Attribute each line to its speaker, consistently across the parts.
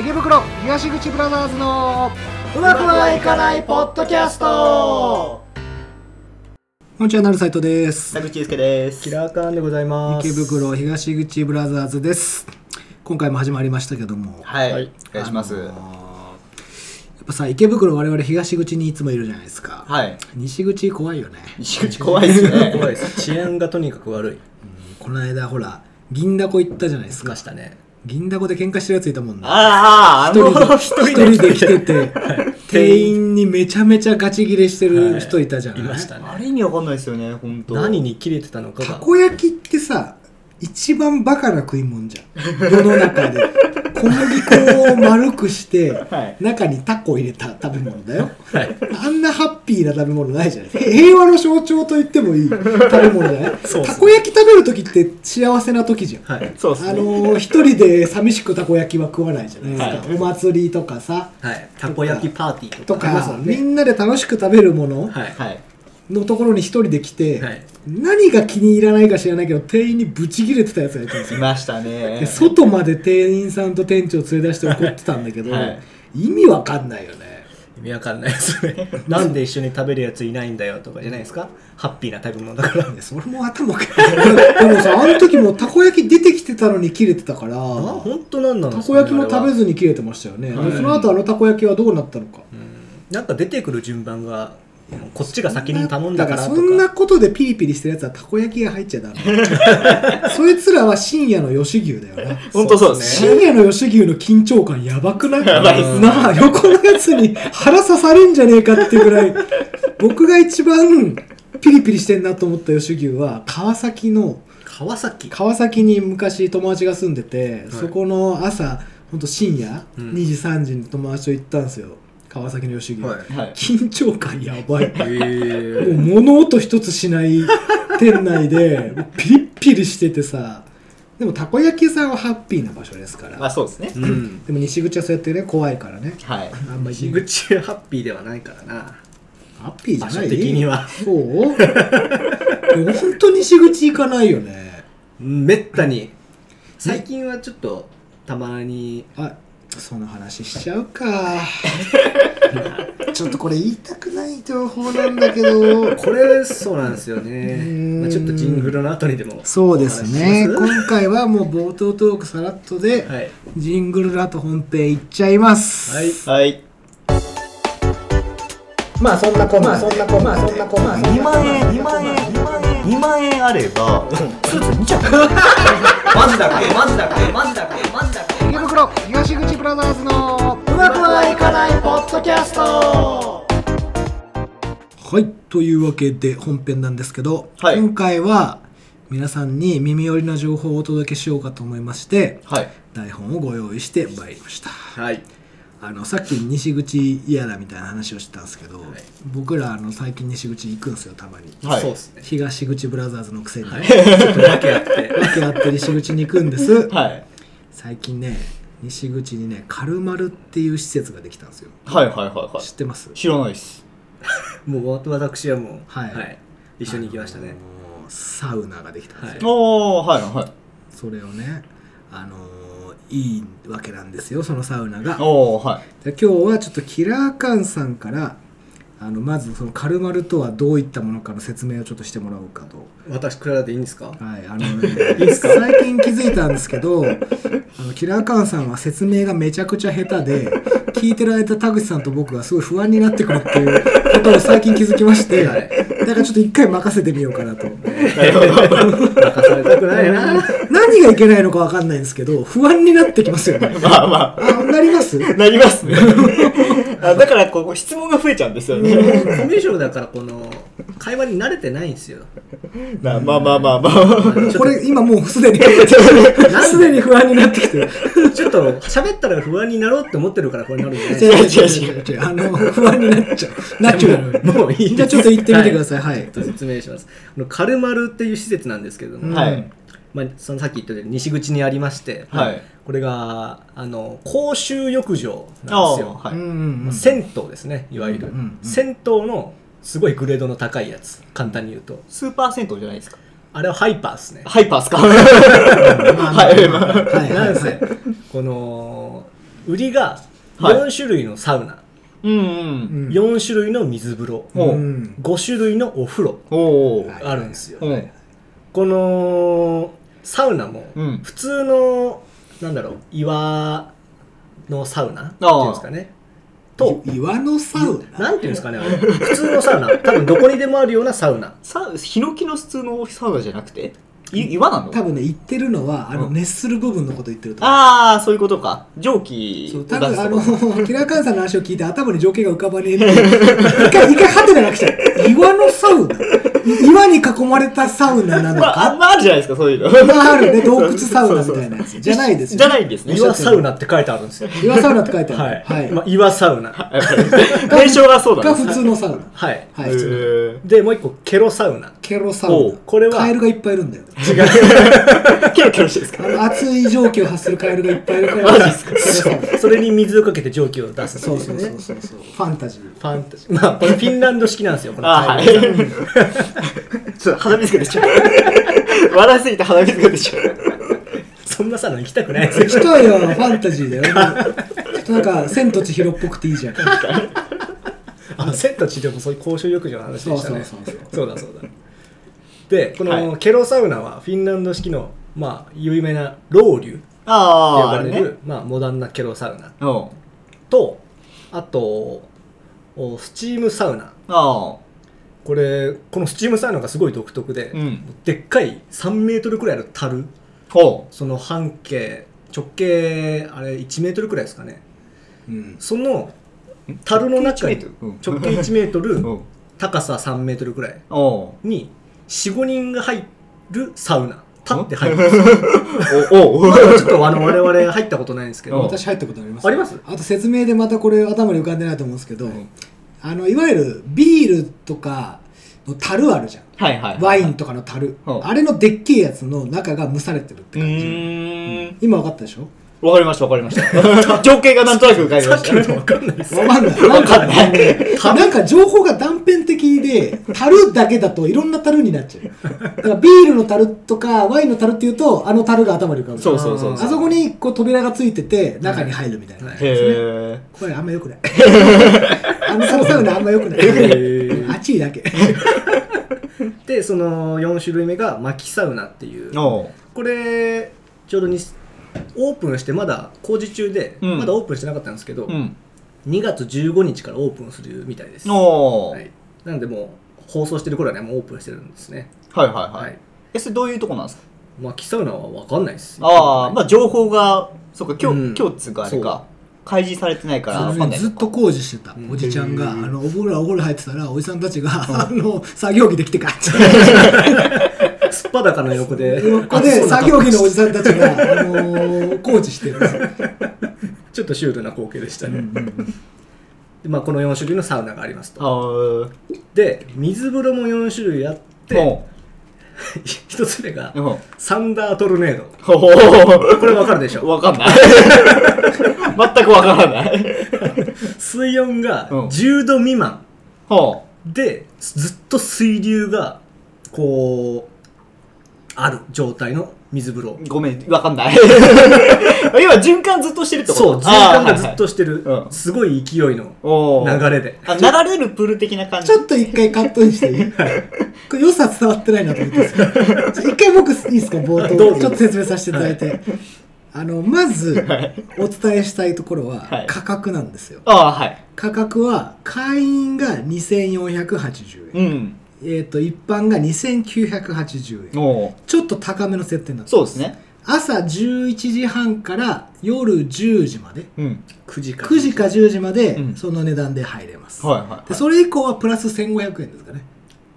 Speaker 1: 池袋東口ブラザーズの
Speaker 2: う
Speaker 1: まくはいかないポッドキャストこんにちはなるサイトです
Speaker 2: 田口祐介です
Speaker 3: キラーカーンでございます。
Speaker 1: 池袋東口ブラザーズです今回も始まりましたけども
Speaker 2: はい、
Speaker 3: はい
Speaker 2: お願いします、
Speaker 1: あのーやっぱさ池袋我々東口にいつもいるじゃないですか、
Speaker 2: はい
Speaker 1: 西口怖いよね、
Speaker 2: 西口怖いですね
Speaker 3: 怖いです。治安がとにかく悪い。
Speaker 1: この間ほら銀だこ行ったじゃないです
Speaker 3: しま
Speaker 1: か
Speaker 3: したね。
Speaker 1: 銀だこで喧嘩してるやついたもんね
Speaker 2: あああ
Speaker 1: 一人で
Speaker 2: の
Speaker 1: 一人で来てて店員にめちゃめちゃガチギレしてる人いたじゃない、
Speaker 3: いました
Speaker 2: あ
Speaker 3: ね。
Speaker 2: れ意味わかんないですよね本当
Speaker 3: 何に切れてたのか
Speaker 1: た
Speaker 3: が。
Speaker 1: こ焼きってさ一番バカな食い物じゃん世の中で小麦粉を丸くして、
Speaker 2: はい
Speaker 1: 中にタコ入れた食べ物だよ
Speaker 3: はい。
Speaker 1: あんなハッピーな食べ物ないじゃないですか平和の象徴と言ってもいい食べ物じゃない
Speaker 3: そうっすね
Speaker 1: たこ焼き食べる時って幸せな時じゃん
Speaker 3: はい。
Speaker 2: そうですね、
Speaker 1: あのー一人で寂しくたこ焼きは食わないじゃないですか、
Speaker 2: はい
Speaker 1: お祭りとかさ
Speaker 3: はい。たこ焼きパーティー
Speaker 1: と
Speaker 3: とかあります
Speaker 1: か、
Speaker 3: もん
Speaker 1: み
Speaker 3: ね。
Speaker 1: んなで楽しく食べるもの
Speaker 3: はい。
Speaker 2: はい
Speaker 1: のところに一人で来て、
Speaker 3: はい
Speaker 1: 何が気に入らないか知らないけど店員にブチギレてたやつがいたんです
Speaker 2: い
Speaker 1: よ
Speaker 2: ました
Speaker 1: で
Speaker 2: ね
Speaker 1: 外まで店員さんと店長連れ出して怒ってたんだけど、
Speaker 2: はい
Speaker 1: 意味わかんないよ ね
Speaker 3: 意味わかんないです ね。なんで一緒に食べるやついないんだよとかじゃないですか。ハッピーな食べ物だから。
Speaker 1: いやそれも頭おかしいでもさあの時もたこ焼き出てきてたのに切れてたから
Speaker 3: あ、本当なんなの。
Speaker 1: たこ焼きも食べ
Speaker 3: ず。
Speaker 1: ずに切れてましたよね、
Speaker 3: はい
Speaker 1: その後あのたこ焼きはどうなったのか
Speaker 3: なんか出てくる順番が。こっちが先に頼んだから
Speaker 1: そ
Speaker 3: とか。
Speaker 1: んなことでピリピリしてるやつはたこ焼きが入っちゃ ダメそいつらは深夜の吉牛だよな
Speaker 2: 本当そうで
Speaker 3: そ
Speaker 2: すね
Speaker 1: 深夜の吉牛の緊張感やばくない
Speaker 2: やばいっ
Speaker 3: すね
Speaker 1: なあ横のやつに腹刺されんじゃねえかっていうぐらい僕が一番ピリピリしてんなと思った吉牛は川崎の
Speaker 3: 川崎。
Speaker 1: 川崎に昔友達が住んでて、そこの朝ほんと深夜、
Speaker 3: うん
Speaker 1: 2時3時に友達と行ったんですよ川崎の吉牛、
Speaker 3: はい。
Speaker 2: はい
Speaker 1: 緊張感やばい
Speaker 3: えー
Speaker 1: もう物音一つしない店内でピリッピリしててさでもたこ焼き屋さんはハッピーな場所ですから、
Speaker 2: まあそうですね
Speaker 3: うん。
Speaker 1: でも西口はそうやってね怖いからね
Speaker 2: はい
Speaker 1: あんまり
Speaker 3: 西口はハッピーではないからな。
Speaker 1: ハッピーじゃ
Speaker 3: 場
Speaker 1: な
Speaker 3: 所
Speaker 1: い
Speaker 3: 的には。
Speaker 1: そうでも本当に西口行かないよね
Speaker 3: めったに最近はちょっとたまに
Speaker 1: あその話しちゃうかちょっとこれ言いたくない情報なんだけど
Speaker 3: これそうなんですよ
Speaker 1: うー
Speaker 3: ね
Speaker 1: ん、
Speaker 3: まあ、ちょっとジングルの後にでも
Speaker 1: そうですね
Speaker 3: お話しし
Speaker 1: 今回はもう冒頭トークさらっとで、
Speaker 3: ますはい
Speaker 1: ジングルだと本編いっちゃいます
Speaker 3: はい
Speaker 2: はい
Speaker 1: まあそんなこんなまあそんなこんなまあそんなこんな
Speaker 2: 2万円2万円2万円2万円あればスーツ2着
Speaker 3: マジだかマジだかマジだかマジだか
Speaker 1: 池袋東口ブラザーズの
Speaker 2: うまくはいかないポッドキャスト
Speaker 1: はいというわけで本編なんですけど、
Speaker 2: はい
Speaker 1: 今回は皆さんに耳寄りな情報をお届けしようかと思いまして
Speaker 2: はい
Speaker 1: 台本をご用意してまいりました
Speaker 3: はい
Speaker 1: あのさっき西口嫌だみたいな話をしてたんですけど、
Speaker 3: はい
Speaker 1: 僕らあの最近西口行くんですよたまに
Speaker 2: はい
Speaker 3: そうですね
Speaker 1: 東口ブラザーズのくせに、
Speaker 3: はいちょっと訳あって
Speaker 1: 訳あって西口に行くん です
Speaker 2: はい
Speaker 1: 最近ね西口にねカルマルっていう施設ができたんですよ
Speaker 2: はいはいはいは
Speaker 1: 知ってます
Speaker 2: い知らないです
Speaker 3: もうわ私はもう
Speaker 1: はい
Speaker 3: 一緒に行きましたね、
Speaker 1: あのーサウナができたんですよ、
Speaker 3: はい
Speaker 2: おおはいはい
Speaker 1: それをねあのーいいわけなんですよそのサウナが
Speaker 2: おおはい
Speaker 1: で今日はちょっとキラーカンさんからあのまずそのカルマルとはどういったものかの説明をちょっとしてもらおうかと
Speaker 3: 私クララでいいんですか
Speaker 1: はい、あの ね、最近気づいたんですけど、あのキラーカンさんは説明がめちゃくちゃ下手で、聞いてられた田口さんと僕がすごい不安になってくるっていうことを最近気づきまして、
Speaker 3: は
Speaker 1: だ
Speaker 3: い
Speaker 1: からちょっと一回任せてみようかなと。
Speaker 3: 泣かされたくないな
Speaker 1: 何がいけないのかわかんないんですけど、不安になってきますよ ね。
Speaker 2: まあま
Speaker 1: あ、なります
Speaker 2: あなりますねあだからこう質問が増えちゃうんですよね
Speaker 3: コミュ障だからこの会話に慣れてないんですよ
Speaker 2: なまあまあまあま
Speaker 3: ま
Speaker 2: あ。
Speaker 3: あちょっと
Speaker 1: これ今もうすでに、
Speaker 3: なんです
Speaker 1: でに不安になってきてる。
Speaker 3: ちょっと喋ったら不安になろうって思ってるから不安になるんじゃない
Speaker 2: 違 う違う
Speaker 1: 違う違う。あの、不安になっちゃう。なっちゃう。
Speaker 3: もういいです
Speaker 1: じゃあちょっと言ってみてください。はい。
Speaker 3: ちょっと説明しますあのカルマルっていう施設なんですけれども、
Speaker 1: うん
Speaker 2: はい。
Speaker 3: まあ、そのさっき言ったように西口にありまして、
Speaker 2: はい
Speaker 3: これがあの公衆浴場なんですよ、
Speaker 2: あーはい
Speaker 1: うんうんうん
Speaker 3: 銭湯ですねいわゆる、
Speaker 1: うんうんうん
Speaker 3: 銭湯のすごいグレードの高いやつ簡単に言うと
Speaker 2: スーパー銭湯じゃないですか。
Speaker 3: あれはハイパーですね。
Speaker 4: ハイパーっすか
Speaker 1: まあ
Speaker 4: はい
Speaker 1: まあはい
Speaker 3: な
Speaker 1: は
Speaker 3: ん
Speaker 1: い
Speaker 3: せ、
Speaker 1: はい
Speaker 3: この、売りが
Speaker 4: はい
Speaker 3: 4種類のサウナ、
Speaker 4: うんうん。
Speaker 1: うん
Speaker 3: 4種類の水風呂、
Speaker 4: ほう
Speaker 1: うん
Speaker 3: 5種類のお風呂
Speaker 4: おー。
Speaker 3: あるんですよ。
Speaker 4: うん。
Speaker 3: この、サウナも、
Speaker 4: うん
Speaker 3: 普通の、なんだろう、岩のサウナっていうんですかね。と、
Speaker 1: 岩のサウナ
Speaker 3: なんていうんですかね、あれ普通のサウナ、多分どこにでもあるようなサウナ。
Speaker 4: さ、ヒノキの普通のサウナじゃなくてい岩なの
Speaker 1: 多分ね言ってるのはあの
Speaker 4: うん
Speaker 1: 熱する部分のこと言ってると思う
Speaker 4: ああ、そういうことか。蒸気
Speaker 1: そう
Speaker 4: を
Speaker 1: 多分あ
Speaker 4: 出すとか
Speaker 1: のキラーカンさんの話を聞いて頭に情景が浮かばねえ って一回一回ハテナが来ちゃう岩のサウナ岩に囲まれたサウナなの
Speaker 4: まあ、あん
Speaker 1: か
Speaker 4: まあるじゃないですか、そういうの。
Speaker 1: まああるね洞窟サウナみたいなやつじゃないですよ
Speaker 4: じゃないんですね。
Speaker 3: 岩サウナって書いてあるんですよ。
Speaker 1: 岩サウナって書いてあ
Speaker 3: は
Speaker 1: る
Speaker 3: い。
Speaker 1: はい、
Speaker 3: まあ、岩サウナ。
Speaker 4: 名称がそうだ
Speaker 1: が
Speaker 4: ね。
Speaker 1: 普通のサウナ
Speaker 3: はい。
Speaker 1: はい普通の
Speaker 4: へ
Speaker 3: で、もう一個、ケロサウナ。
Speaker 1: ケロサ
Speaker 4: お
Speaker 1: ウナ
Speaker 4: う
Speaker 3: これは
Speaker 1: カエルがいっぱいいるんだよ
Speaker 4: ーケロケロしてるんです
Speaker 1: あ
Speaker 4: か
Speaker 1: の熱い蒸気を発するカエルがいっぱいいるから
Speaker 4: マジっすか
Speaker 1: ケロサウナ
Speaker 3: それに水をかけて蒸気を出すってい
Speaker 1: そうそう
Speaker 3: ね
Speaker 1: そうそうそうファンタジー
Speaker 3: ファンタジー。まあ、これフィンランド式なんですよ、この
Speaker 4: あー、は
Speaker 3: サウ
Speaker 4: い。
Speaker 3: ナ
Speaker 4: ちょっと鼻水が出ちゃう。笑いすぎて鼻水が出ちゃう。
Speaker 3: そんなサウナ行きたくないですよ。
Speaker 1: 来たよファンタジーだよちょっとなんか「千と千尋」っぽくていいじゃん
Speaker 3: あ、千と千尋もそういう公衆浴場の話でしたね。
Speaker 1: そうそうそう
Speaker 3: そうだそうだ。で、こ
Speaker 4: は
Speaker 3: のケロサウナはフィンランド式の、まあ、有名なロウリュって呼
Speaker 4: ああ、
Speaker 3: ば
Speaker 4: あ
Speaker 3: れ
Speaker 4: れ
Speaker 3: る、
Speaker 4: ね。
Speaker 3: まあ、モダンなケロサウナ
Speaker 4: うん。あ
Speaker 3: と、あと、おスチームサウナ。
Speaker 4: あ。
Speaker 3: これ、このスチームサウナがすごい独特で、
Speaker 4: うん。
Speaker 3: でっかい3メートルくらいの樽。
Speaker 4: ほ
Speaker 3: その半径直径あれ1メートルくらいですかね
Speaker 1: うん
Speaker 3: その樽の中に
Speaker 4: 直径1メートルうん
Speaker 3: 直径1メー ト
Speaker 4: う。
Speaker 3: ル
Speaker 4: うん。
Speaker 3: 高さ3メートルくらい
Speaker 4: おう
Speaker 3: に45人が入るサウナ立って入るんですよ
Speaker 4: おおう
Speaker 3: まだちょっとあの我々入ったことないんですけ
Speaker 4: うん
Speaker 3: ど
Speaker 1: 私入ったことあります
Speaker 3: あります
Speaker 1: あと説明でまたこれ頭に浮かんでないと思うんですけど、
Speaker 4: ん
Speaker 1: あのいわゆるビールとかの樽あるじゃん
Speaker 4: はいはいはい。
Speaker 1: ワインとかの樽
Speaker 4: うん
Speaker 1: あれのでっけえやつの中が蒸されてるって
Speaker 4: う
Speaker 1: 感じ、
Speaker 4: ーん。
Speaker 1: 今分かったでしょ
Speaker 4: わかりました、わかりました。 情景がなんとなく浮かび
Speaker 3: さ
Speaker 4: ま
Speaker 3: っきの
Speaker 4: し
Speaker 3: と
Speaker 4: た。
Speaker 3: 分かんないです
Speaker 1: 分かんないなんかねなんか情報が断片的で樽だけだといろんな樽になっちゃうだからビールの樽とかワインの樽っていうとあの樽が頭に浮かぶ
Speaker 4: そうそうそう。
Speaker 1: あそこにこう扉がついてて中に入るみたいな、
Speaker 3: はい
Speaker 4: へえ。
Speaker 1: これあんま良くないあのサウナあんま良くない
Speaker 3: ー
Speaker 1: 暑いだけ
Speaker 3: でその4種類目が薪サウナっていう
Speaker 4: おう。
Speaker 3: これちょうどにオープンしてまだ工事中で、
Speaker 4: うん
Speaker 3: まだオープンしてなかったんですけど、
Speaker 4: うん。
Speaker 3: 2月15日からオープンするみたいです
Speaker 4: おう。
Speaker 3: はい、なんでもう放送してる頃はねもうオープンしてるんですね
Speaker 4: はいはい
Speaker 3: は
Speaker 4: はいい。え、それどういうとこなんですか
Speaker 3: まあキサウナは分かんないです
Speaker 4: ああ、ま
Speaker 3: あ
Speaker 4: あ情報が、そうか、今
Speaker 3: うん
Speaker 4: 日、今日っつうかあれか、開示されてないから、わ
Speaker 1: そ
Speaker 4: か
Speaker 1: うんね
Speaker 4: ない
Speaker 1: ずっ
Speaker 4: の
Speaker 1: と
Speaker 4: か。
Speaker 1: 工事してた
Speaker 3: うん
Speaker 1: おじちゃんがあのお風呂お風呂入ってたらおじさんたちがあの作業着で来てかって
Speaker 3: すっぱだかの横で
Speaker 1: 横
Speaker 3: あ
Speaker 1: で
Speaker 3: そうなんだ
Speaker 1: 作業着のおじさんたちがあの工事してるんですよ
Speaker 3: ちょっとシュールな光景でしたね、でまあ、この4種類のサウナがありますと
Speaker 4: あ
Speaker 3: で水風呂も4種類あっ
Speaker 4: あ、
Speaker 3: て
Speaker 4: も
Speaker 3: 一つ目が
Speaker 4: う。もう
Speaker 3: サンダートルネード
Speaker 4: ほほほ
Speaker 3: これ分かるでし
Speaker 4: ほ。
Speaker 3: ょ
Speaker 4: わかんない。全くわからない。
Speaker 3: 水温が
Speaker 4: うん
Speaker 3: 10度未満
Speaker 4: ほ
Speaker 3: でずっと水流がこうある状態の水風呂
Speaker 4: う。ごめん、わか んない。今、循環ずっとしてるってこと
Speaker 3: そう、循環がずっ。
Speaker 4: あ
Speaker 3: として
Speaker 4: は
Speaker 3: る、
Speaker 4: いはいうん
Speaker 3: すごい勢い
Speaker 4: ーは
Speaker 3: の
Speaker 4: いはいおう
Speaker 3: 流れで。
Speaker 4: あ流れるプール的な感じ
Speaker 1: ちょっと一回カットインしていいこれ良さ伝わってないなと思ってるんですけど一回僕いいですか冒
Speaker 3: どう
Speaker 1: 頭
Speaker 3: ぞ
Speaker 1: ちょっと説明させていただいて、あのまず
Speaker 4: はい
Speaker 1: お伝えしたいところ
Speaker 4: は
Speaker 1: はい価格なんですよ、
Speaker 4: ああはい
Speaker 1: 価格は会員が2480円、
Speaker 4: うん
Speaker 1: えっと一般が2980円
Speaker 4: おう
Speaker 1: ちょっと高めの設定になって
Speaker 4: そうですね
Speaker 1: 朝11時半から夜10時まで
Speaker 4: うん
Speaker 3: 9時から。
Speaker 1: 9時か10時まで
Speaker 4: うん
Speaker 1: その値段で入れます、
Speaker 4: はいはい
Speaker 1: でそれ以降はプラス1500円ですかね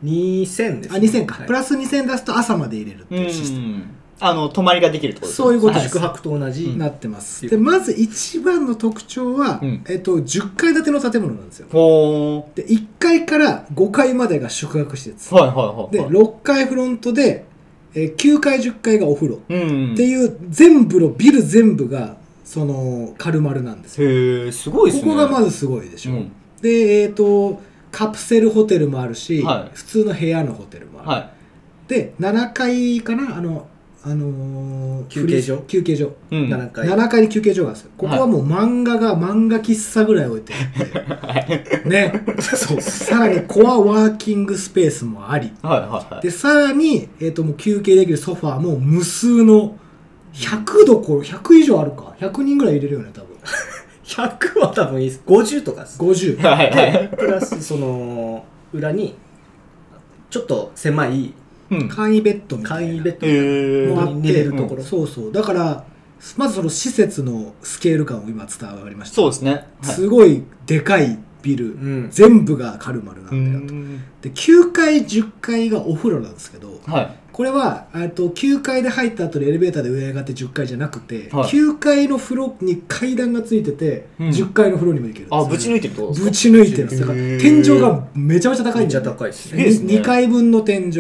Speaker 3: 2000です、
Speaker 1: あ2000か、
Speaker 3: はい
Speaker 1: プラス2000出すと朝まで入れるって
Speaker 4: う
Speaker 1: いうシステム
Speaker 4: んあの泊まりができるってこと
Speaker 1: そういうこと
Speaker 4: は
Speaker 1: です
Speaker 3: 宿泊と同じ。
Speaker 1: になってます、
Speaker 3: うん
Speaker 1: でまず一番の特徴は、
Speaker 4: うん
Speaker 1: えっと、10階建ての建物なんですよ
Speaker 4: ほ
Speaker 1: で1階から5階までが宿泊施設
Speaker 4: うはいはい
Speaker 1: で
Speaker 4: はいはい
Speaker 1: 6階フロントで、えー9階10階がお風呂っ
Speaker 4: うん
Speaker 1: ていう全部のビル全部がそのカルマルなんですよ
Speaker 4: へえすごいで
Speaker 1: こ
Speaker 4: すね
Speaker 1: こがま
Speaker 4: ず
Speaker 1: ずすごいでしょ、
Speaker 4: うん
Speaker 1: でえっ、とカプセルホテルもあるし、
Speaker 4: はい
Speaker 1: 普通の部屋のホテルもある、
Speaker 4: はい
Speaker 1: で7階かなあの、あのー
Speaker 3: 休憩所
Speaker 1: フリー休憩所
Speaker 4: うん
Speaker 3: 7回。
Speaker 1: 7階に休憩所があるんですよここはもう漫画が漫画喫茶ぐらい置いて あってね
Speaker 3: そうっす。
Speaker 1: さらにコアワーキングスペースもあり
Speaker 4: はいはいはい
Speaker 1: でさらに、えー、ともう休憩できるソファーも無数の100どころ100以上あるか100人ぐらい入れるよね多分
Speaker 3: 100は多分いいです。50とかです。
Speaker 1: 50
Speaker 4: はいはいはい
Speaker 3: でプラス、その、裏に、ちょっと狭い
Speaker 4: うん
Speaker 1: 簡易ベッドみた
Speaker 3: 簡
Speaker 1: い
Speaker 3: 易
Speaker 1: な
Speaker 3: ベッド
Speaker 4: えー
Speaker 1: も
Speaker 3: も
Speaker 1: あ
Speaker 3: あ
Speaker 1: っ
Speaker 3: ってて、寝れるところ。
Speaker 1: そうそうだからまずその施設のスケール感を今伝わりました
Speaker 4: そうですねはい
Speaker 1: すごいでかいビル、
Speaker 3: うん。
Speaker 1: 全部がカルマルな
Speaker 4: うん
Speaker 1: だよ
Speaker 4: ん
Speaker 1: で9階10階がお風呂なんですけど
Speaker 4: は
Speaker 1: これはえっと9階で入った後でエレベーターで上上がって10階じゃなくて、
Speaker 4: はい
Speaker 1: 9階の風呂に階段がついてて、
Speaker 4: うん
Speaker 1: 10階の風呂にも行けるんです
Speaker 4: あぶち抜いてるってことですか
Speaker 1: ぶち抜いてるんですだから
Speaker 4: へー
Speaker 1: 天井がめちゃめちゃ高
Speaker 3: め
Speaker 1: い
Speaker 3: っ
Speaker 1: ん
Speaker 3: ち
Speaker 1: だ
Speaker 3: ゃ
Speaker 1: よね
Speaker 3: 高いです
Speaker 4: げえ
Speaker 3: ね。
Speaker 4: ですね
Speaker 1: 2階分の天井って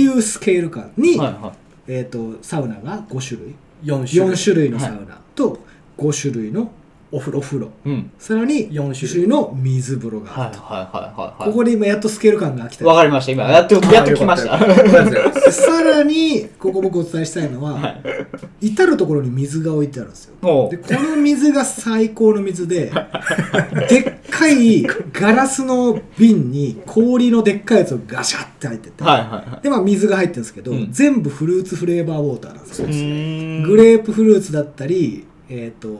Speaker 1: いううスケール感に、
Speaker 4: んはいは
Speaker 1: えっとサウナが5種類
Speaker 3: 4種類。
Speaker 1: 4種類のサウナと5種類のお風呂お風呂
Speaker 4: いうん
Speaker 1: さらに
Speaker 3: 4
Speaker 1: 4種
Speaker 3: 種
Speaker 1: 類
Speaker 3: 類。
Speaker 1: の水風呂があ
Speaker 4: はい
Speaker 1: る
Speaker 4: はい
Speaker 1: と、
Speaker 4: はいはい
Speaker 1: ここで今やっとスケール感が来た
Speaker 4: わかりました今やっとやっと来ました
Speaker 3: あーよかったよかったありがとうござ います
Speaker 1: さらにここ僕お伝えしたいのは、
Speaker 4: はい
Speaker 1: 至る所に水が置いてあるんですよ
Speaker 4: も
Speaker 1: でこの水が最高の水で でっかいガラスの瓶に氷のでっかいやつをガシャって入ってて、
Speaker 4: うはいはいは
Speaker 1: でまあ水が入ってるんですけど、
Speaker 4: うん
Speaker 1: 全部フルーツフレーバーウォーターなんですよ
Speaker 4: いうん
Speaker 1: グレープフルーツだったりえっ、と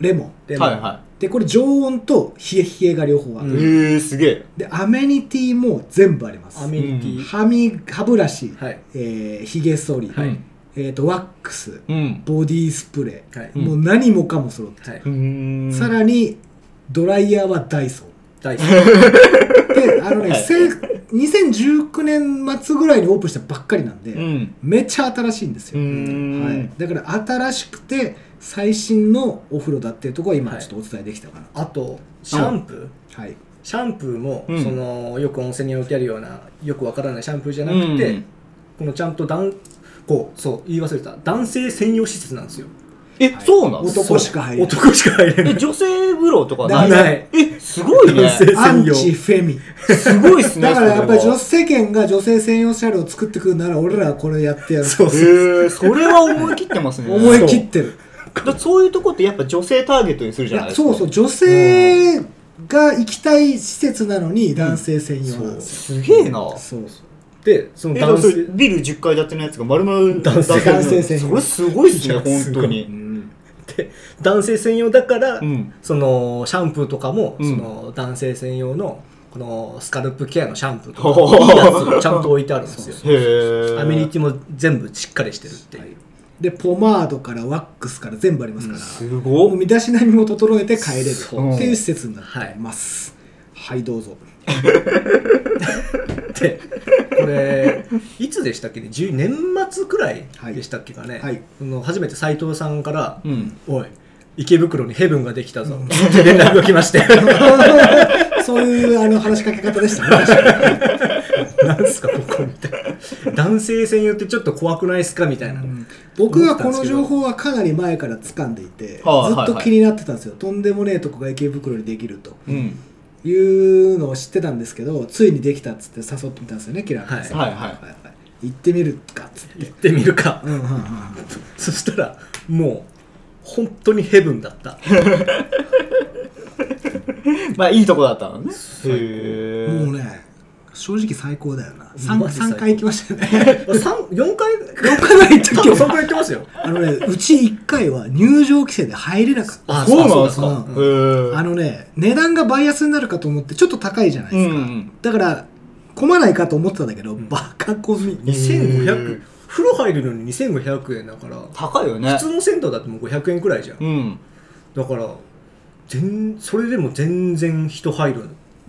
Speaker 1: レモン
Speaker 3: でも
Speaker 4: はいは
Speaker 1: でこれ常温と冷え冷えが両方ある、
Speaker 4: い
Speaker 3: うん
Speaker 4: へえすげえ
Speaker 1: でアメニティも全部あります
Speaker 3: アメニティ。
Speaker 1: 歯み歯ブラシ、
Speaker 3: はい。
Speaker 1: えー、ひげ剃り、
Speaker 3: はい
Speaker 1: えー、とワックス
Speaker 4: うん
Speaker 1: ボディスプレ
Speaker 3: はい
Speaker 1: ー、。もう何もかも揃って、
Speaker 3: はい。
Speaker 4: うん
Speaker 1: さらにドライヤーはダイソン
Speaker 3: 大好き。
Speaker 1: であのね、
Speaker 4: はい
Speaker 1: せん2019年末ぐらいにオープンしたばっかりなんで、
Speaker 4: うん
Speaker 1: めっちゃ新しいんです
Speaker 4: う
Speaker 1: よ、
Speaker 4: ん
Speaker 1: はい、だから新しくて最新のお風呂だっていうところは今
Speaker 3: はい
Speaker 1: ちょっとお伝えできたかな
Speaker 3: あと、シャンプー。
Speaker 1: はい、
Speaker 3: シャンプーも、
Speaker 4: うん
Speaker 3: そのよく温泉に置いてあるようなよくわからないシャンプーじゃな
Speaker 4: う
Speaker 3: くて、
Speaker 4: ん
Speaker 3: このちゃんと男こうそう言い忘れた男性専用施設なんですよ
Speaker 4: えそうなんですか
Speaker 1: 男しか入れない
Speaker 3: 男しか入れな
Speaker 4: え
Speaker 3: い
Speaker 4: 女性風呂とかない
Speaker 3: ない
Speaker 4: えすごいね
Speaker 3: 男性
Speaker 1: アン
Speaker 3: 専用
Speaker 1: チフェミ
Speaker 4: すごいっすね
Speaker 1: だからやっぱり
Speaker 4: それ
Speaker 1: 女
Speaker 4: は
Speaker 1: 世間が女性専用車両を作ってくるなら俺らはこれやってやる
Speaker 3: そうそう
Speaker 4: へえそれは思い切ってます ね
Speaker 1: 思い切ってる
Speaker 4: だそういうとこってやっぱ女性ターゲットにする
Speaker 1: い
Speaker 4: じゃない
Speaker 1: や
Speaker 4: ですか
Speaker 1: そうそう女性が行きたい施設なのに男性専用なんですよ、
Speaker 4: すげえな
Speaker 1: そう
Speaker 3: でその
Speaker 4: えだから
Speaker 3: 男
Speaker 4: それ
Speaker 3: 性
Speaker 4: ビル10階建てのやつが丸々
Speaker 3: 男性
Speaker 1: 男性専用
Speaker 4: それすごいっすね
Speaker 3: いや
Speaker 4: 本当
Speaker 1: う
Speaker 4: に
Speaker 1: ん
Speaker 3: で男性専用だから、
Speaker 4: うん
Speaker 3: そのシャンプーとかも、
Speaker 4: うん
Speaker 3: その男性専用のこのスカルプケアのシャンプーと
Speaker 4: ほほほ
Speaker 3: かいいやつをちゃんと置いてあるんですよ
Speaker 4: へえ
Speaker 3: アメニティも全部しっかりしてるっていう、
Speaker 1: でポマードからワックスから全部ありますから、
Speaker 4: す
Speaker 1: も
Speaker 4: ご
Speaker 1: う
Speaker 4: っ
Speaker 1: 身だしなみも整えて帰れる
Speaker 4: そう
Speaker 1: っていう施設になってますはい、どうぞ
Speaker 3: でこれいつでしたっけね10年末くらいでしたっけかね、
Speaker 1: はい
Speaker 3: その初めて斎藤さんから
Speaker 4: うん
Speaker 3: 「おい池袋にヘブンができたぞ」って連絡が来まして
Speaker 1: そういうあの話しかけ方でしたね確 かに
Speaker 3: なんすかここみたいな男性専用ってちょっと怖くないっすかみたいな、
Speaker 1: 僕はこの情報はかなり前から掴んでいて、
Speaker 4: はいはい
Speaker 1: ずっと気になってたんですよ、とんでもねえとこが池袋にできると
Speaker 4: うん
Speaker 1: いうのを知ってたんですけどついにできたっつって誘ってみたんですよねキラー君さん、
Speaker 4: はいはい
Speaker 1: はいはい行ってみるかっつって、
Speaker 3: 行ってみるか
Speaker 1: うんうんうんうん、
Speaker 3: そしたらもう本当にヘブンだった
Speaker 4: まあいいとこだったのね
Speaker 3: 高
Speaker 4: へ
Speaker 1: もう
Speaker 4: え
Speaker 1: ね正直最高だよな
Speaker 3: マ
Speaker 1: 3,
Speaker 3: ジ
Speaker 1: 三
Speaker 3: 最高
Speaker 1: 回行きましたよね
Speaker 3: 4回
Speaker 1: 4回ぐらい行った
Speaker 3: 多
Speaker 1: っけ
Speaker 3: 分そんくらい行ってますよ
Speaker 1: あのねうち1回は入場規制で入れなかった
Speaker 3: あ
Speaker 4: そうなんです
Speaker 1: そう
Speaker 4: か
Speaker 1: そう
Speaker 4: へえ
Speaker 1: あのね値段がバイアスになるかと思ってちょっと高いじゃないですか、
Speaker 4: うんうん
Speaker 1: だから混まないかと思ってたんだけど、
Speaker 3: ん
Speaker 1: バカ混み
Speaker 3: 2500風呂入るのに2500円だから
Speaker 4: 高いよね
Speaker 3: 普通の銭湯だってもう500円くらいじゃん
Speaker 4: うん
Speaker 3: だから全それでも全然人入る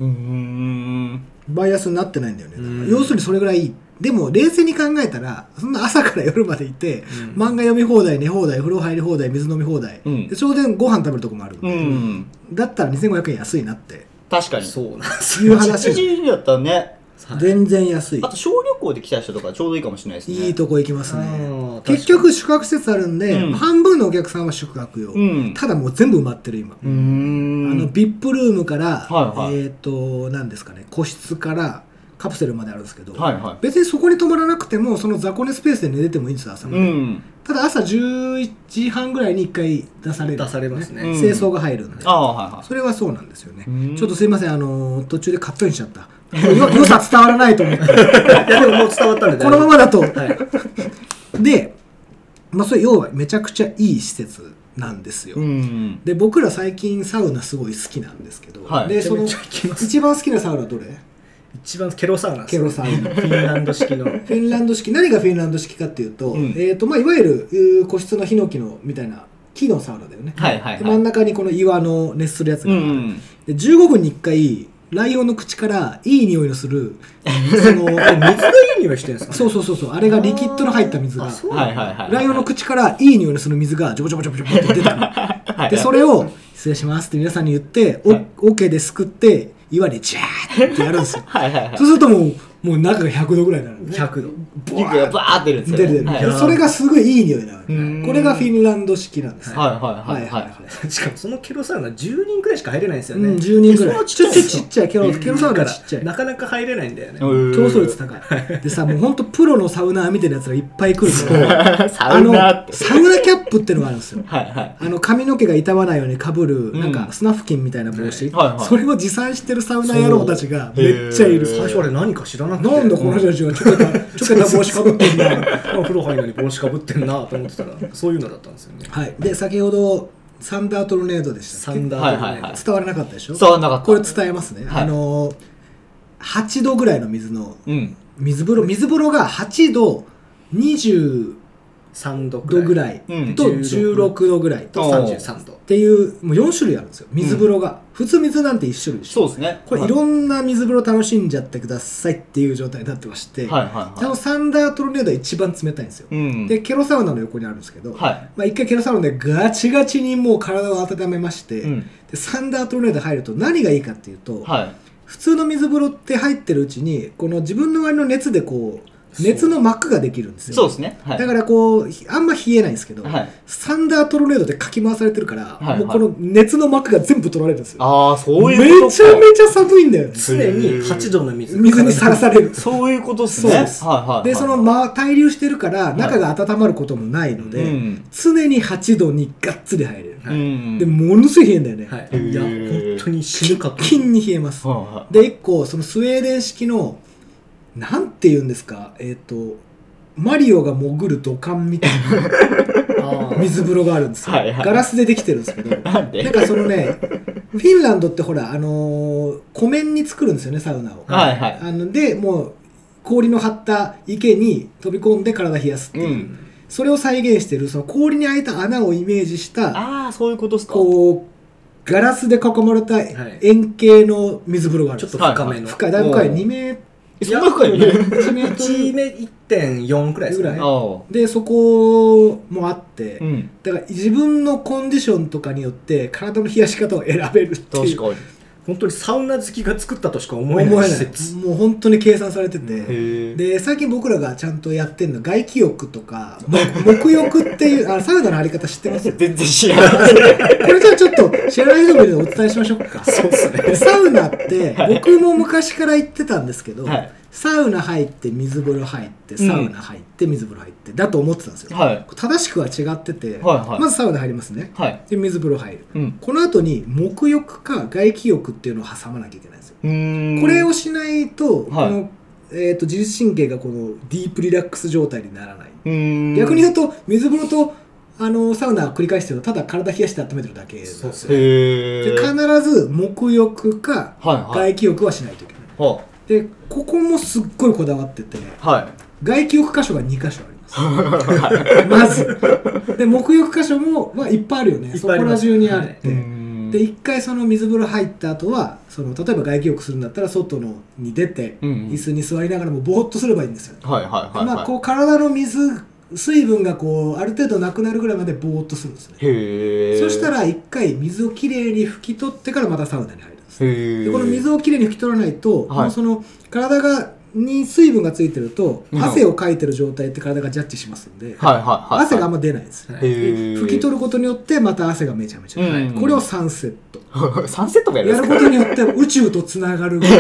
Speaker 4: うーん
Speaker 1: バイアスになってないんだよねだから
Speaker 3: うん
Speaker 1: 要するにそれぐらいでも冷静に考えたらそんな朝から夜までいて、
Speaker 3: うん
Speaker 1: 漫画読み放題寝放題風呂入り放題水飲み放題、
Speaker 4: うん
Speaker 1: で当然ご飯食べるとこもあるん
Speaker 4: う
Speaker 1: で、
Speaker 4: ん
Speaker 1: だったら2500円安いなって
Speaker 4: 確かに
Speaker 3: そうなんです
Speaker 1: いう
Speaker 3: よ、
Speaker 1: 話
Speaker 4: 一時だったらね
Speaker 3: はい
Speaker 1: 全然安い
Speaker 4: あと小旅行で来た人とかちょうどいいかもしれないですね
Speaker 1: いいとこ行きます
Speaker 3: あ
Speaker 1: ね
Speaker 3: ー
Speaker 1: 結局宿泊施設あるんで、
Speaker 4: うん
Speaker 1: 半分のお客さんは宿泊用、
Speaker 4: うん
Speaker 1: ただもう全部埋まってる今、
Speaker 4: うーん
Speaker 1: あの VIP ルームから、
Speaker 4: はいはい
Speaker 1: えっ、と何ですかね個室からカプセルまであるんですけど、
Speaker 2: はいは
Speaker 1: 別にそこに泊まらなくてもその雑魚寝スペースで寝ててもいいんですよ朝
Speaker 2: い。
Speaker 1: ま
Speaker 2: う
Speaker 1: で、
Speaker 2: ん。
Speaker 1: ただ朝11時半ぐらいに1回出される
Speaker 3: 出されますね
Speaker 2: うん
Speaker 1: 清掃が入るんで
Speaker 2: ああ、はいはい。
Speaker 1: それはそうなんですよね
Speaker 2: うん
Speaker 1: ちょっとすいませんあのー途中でカットインしちゃったよ良さ伝わらないと思って
Speaker 3: いやでももう伝わったんで
Speaker 1: このままだと
Speaker 3: はい
Speaker 1: で、まあ、それ要はめちゃくちゃいい施設なんですよ、
Speaker 2: うん。
Speaker 1: で僕ら最近サウナすごい好きなんですけど、
Speaker 2: はい
Speaker 1: で
Speaker 3: めちゃ
Speaker 1: その
Speaker 3: めちゃ行きます
Speaker 1: 一番好きなサウナどれ
Speaker 3: 一番ケロサウナです
Speaker 1: ケロサウナ
Speaker 3: フィンランド式の
Speaker 1: フィンランド式何がフィンランド式かっていうと,、
Speaker 2: うん
Speaker 1: えーとまあ、いわゆるうー個室のヒノキのみたいな木のサウナだよね、
Speaker 2: はいはい
Speaker 1: で真
Speaker 2: は
Speaker 1: ん
Speaker 2: い。
Speaker 1: 中にこの岩の熱するやつ
Speaker 2: う
Speaker 1: がある、
Speaker 2: ん。
Speaker 1: で15分に1回ライオンの口からいい匂いのするその
Speaker 3: 水の湯にはしてるんですか
Speaker 1: そうそうそうそうあれがリキッドの入った水が
Speaker 3: あそう
Speaker 2: はいはいはい。
Speaker 1: ライオンの口からいい匂いのする水がジョボジョボジョボジョボって出てくる
Speaker 2: はいはい。
Speaker 1: でそれを「失礼します」って皆さんに言って
Speaker 2: はい
Speaker 1: おオケですくって岩にジャーってやるんですよ
Speaker 2: はいはいはい
Speaker 1: そう。するともうもう中が100度ぐらいになるのね
Speaker 3: 100度
Speaker 2: リクがバーって出るんです
Speaker 1: 出
Speaker 2: よ
Speaker 1: る出る、
Speaker 2: はい
Speaker 1: でそれがすごいいい匂いなわけ
Speaker 2: うん
Speaker 1: これがフィンランド式なんですよ
Speaker 2: はいはいはいはい。
Speaker 3: しかもそのケロサウナ10人くらいしか入れないんですよ
Speaker 1: う
Speaker 3: ね、
Speaker 1: ん、10人ぐら
Speaker 3: そ
Speaker 1: い
Speaker 3: の
Speaker 1: ち
Speaker 3: ち
Speaker 1: ょ
Speaker 3: っ
Speaker 1: っ
Speaker 3: ちゃ
Speaker 1: と
Speaker 3: い
Speaker 1: ちっちゃいケロケロサウナちっちゃい
Speaker 3: なかなか入れないんだよね
Speaker 1: 競争率高いでさもうほんとプロのサウナーみたいなやつがいっぱい来るから
Speaker 2: 高い。サ
Speaker 1: あ
Speaker 2: ウ
Speaker 1: の
Speaker 2: ナって。
Speaker 1: サウナキャップってのがあるんですよ
Speaker 2: はいはい。
Speaker 1: あの髪の毛が傷まないようにかぶる
Speaker 2: ん
Speaker 1: なんかスナフキンみたいな帽子、
Speaker 2: はいはいはい
Speaker 1: それを持参してるサウナ野郎たちがめっちゃいる
Speaker 2: そう
Speaker 1: 最初
Speaker 3: 最初あれ何か知らなくて
Speaker 1: なんだこの人たちがちょけたちょけた帽子かぶってんだ
Speaker 3: お風呂入るのに帽子かぶってんなと思ってたらそういうのだったんですよね
Speaker 1: はいで先ほどサンダートルネードでした
Speaker 3: サ
Speaker 1: っけ
Speaker 3: ンダーとかね、
Speaker 2: はいはいはい
Speaker 1: 伝わらなかったでしょ
Speaker 2: 伝わらなかった
Speaker 1: これ伝えますね、
Speaker 2: はい
Speaker 1: あのー8度ぐらいの水の
Speaker 2: うん。
Speaker 1: 水風呂水風呂が8度20
Speaker 3: 3度
Speaker 1: 度ぐ
Speaker 3: ぐらい
Speaker 1: らいと
Speaker 2: うん
Speaker 1: 16度ぐらいと
Speaker 2: お
Speaker 1: っ
Speaker 2: ー
Speaker 3: 33度
Speaker 1: ていうもう4種類あるんですよ水風呂が、普通水なんて1種類でし
Speaker 2: そう
Speaker 1: ょ
Speaker 2: ですね。
Speaker 1: これいろんな水風呂楽しんじゃってくださいっていう状態になってまして、
Speaker 2: はいはい
Speaker 1: あ
Speaker 2: は
Speaker 1: のサンダートルネードは一番冷たいんですよ、
Speaker 2: い。うん。
Speaker 1: でケロサウナの横にあるんですけど、
Speaker 2: は
Speaker 1: まあ、一回ケロサウナでガチガチにもう体を温めまして、
Speaker 2: い。うん。
Speaker 1: でサンダートルネード入ると何がいいかっていうと、
Speaker 2: はい。
Speaker 1: 普通の水風呂って入ってるうちにこの自分の割の熱でこう熱の膜ができるんですよ
Speaker 2: そうですね。はい。
Speaker 1: だからこうひあんま冷えないんですけど、
Speaker 2: はい。
Speaker 1: サンダートルネードでかき回されてるから、
Speaker 2: はいはい
Speaker 1: もうこの熱の膜が全部取られるんですよ
Speaker 2: ああ、そう
Speaker 1: め
Speaker 2: いうこと
Speaker 1: ちゃめちゃ寒いんだよね
Speaker 3: 常に8度の水
Speaker 1: 水にさらされる
Speaker 2: そういうことっす
Speaker 1: そ
Speaker 2: ね。
Speaker 1: う
Speaker 2: はい
Speaker 1: です
Speaker 2: はいはい。
Speaker 1: でその、ま、滞留してるから中が温まることもないので、
Speaker 2: うん。
Speaker 1: 常に8度にがっつり入れる、
Speaker 2: う
Speaker 1: で
Speaker 2: ん。
Speaker 1: ものすごい冷えんだよね、
Speaker 3: はい、
Speaker 2: へー
Speaker 3: いや本当に死ぬかと
Speaker 1: キンに冷えます、
Speaker 2: は
Speaker 1: で1個そのスウェーデン式のなんて言うんですかえっ、とマリオが潜る土管みたい な水風呂があるんですよ、
Speaker 2: はいはい
Speaker 1: ガラスでできてるんですけど
Speaker 2: い はい。なんで
Speaker 1: なんかそのね、フィンランドってほら、あのー湖面に作るんですよね、サウナを。
Speaker 2: はいはい。
Speaker 1: あので、もう、氷の張った池に飛び込んで体冷やすっていうう、
Speaker 2: ん。
Speaker 1: それを再現してる、その氷に開いた穴をイメージした、
Speaker 2: ああ、そういうことっすか。
Speaker 1: こう、ガラスで囲まれた
Speaker 3: い
Speaker 1: 円形の水風呂があるん
Speaker 3: ちょ
Speaker 1: で
Speaker 3: っ
Speaker 1: す
Speaker 3: と
Speaker 1: よ。
Speaker 3: 深めの
Speaker 1: 深い、だいぶ深い、
Speaker 2: おう
Speaker 1: 2メー
Speaker 2: えそんな深いね。
Speaker 1: トル、1メート
Speaker 3: 1
Speaker 1: ル。
Speaker 3: 目1.4くらいですか
Speaker 1: ぐ
Speaker 3: ね
Speaker 1: らい
Speaker 2: ああ。
Speaker 1: で、そこもあって、
Speaker 2: うん。
Speaker 1: だから自分のコンディションとかによって、体の冷やし方を選べるってい
Speaker 2: 確
Speaker 1: う。
Speaker 2: かに。
Speaker 3: 本当にサウナ好きが作ったとしか思
Speaker 1: 思
Speaker 3: え
Speaker 1: え
Speaker 3: な
Speaker 1: ないい
Speaker 3: 施設
Speaker 1: もう本当に計算されてて
Speaker 2: へえ。
Speaker 1: で最近僕らがちゃんとやってるのは外気浴 とかも沐浴っていうあサウナのあり方知ってますこ
Speaker 2: 全然知らない。
Speaker 1: れじゃあちょっと知らない人もいるのでお伝えしましょうか
Speaker 3: そうですね
Speaker 1: サウナって僕も昔から行ってたんですけど、
Speaker 2: はい
Speaker 1: サウナ入って水風呂入ってサウナ入って水風呂入ってだと思ってたんですよ、
Speaker 2: はい。
Speaker 1: 正しくは違ってて、
Speaker 2: はいはい
Speaker 1: まずサウナ入りますね
Speaker 2: はい。
Speaker 1: で水風呂入る
Speaker 2: うん。
Speaker 1: この後に沐浴か外気浴っていうのを挟まなきゃいけないんですよ
Speaker 2: うーん。
Speaker 1: これをしないと,、
Speaker 2: はい
Speaker 1: このえー、と自律神経がこのディープリラックス状態にならない、
Speaker 2: うーん。
Speaker 1: 逆に言うと水風呂とあのサウナを繰り返してるのはただ体冷やして温めてるだけなんですよ
Speaker 3: そう
Speaker 2: へ
Speaker 1: で
Speaker 2: え。
Speaker 1: 必ず沐浴か
Speaker 2: はいはい。
Speaker 1: 外気浴はしないといけない、
Speaker 2: は
Speaker 1: でここもすっごいこだわってて
Speaker 2: あはい。
Speaker 1: 外気浴箇所が2箇所あります まずで沐浴箇所も、まあ、いっぱいあるよね
Speaker 3: いっ
Speaker 1: そ
Speaker 3: ぱ
Speaker 1: こ
Speaker 3: いあり
Speaker 1: ら
Speaker 3: ます
Speaker 1: 中にあって、
Speaker 2: うーん
Speaker 1: で一回その水風呂入った後はその例えば外気浴するんだったら外のに出て、
Speaker 2: うんうん
Speaker 1: 椅子に座りながらもぼーっとすればいいんですよ、
Speaker 2: はいはいはい。
Speaker 1: まあこう体の水水分がこうある程度なくなるぐらいまでぼーっとするんですね
Speaker 2: う。へえ。
Speaker 1: そした
Speaker 2: ら、
Speaker 1: ら一回水をきれいに拭き取ってからまたサウナに入るんです
Speaker 2: へえ。
Speaker 1: でこの水をきれいに拭き取らないと、
Speaker 2: はい
Speaker 1: もうその体がに水分がついてると汗をかいてる状態って体がジャッジしますんで、
Speaker 2: はいはいはいはい。
Speaker 1: 汗があんま出ないんですよ、
Speaker 2: へえ。
Speaker 1: 拭き取ることによってまた汗がめちゃめちゃ出る、
Speaker 2: うん
Speaker 1: これを3セット
Speaker 2: る。サンセットもやるん
Speaker 1: や
Speaker 2: です
Speaker 1: るこ
Speaker 2: か
Speaker 1: とによって宇宙とつながるこ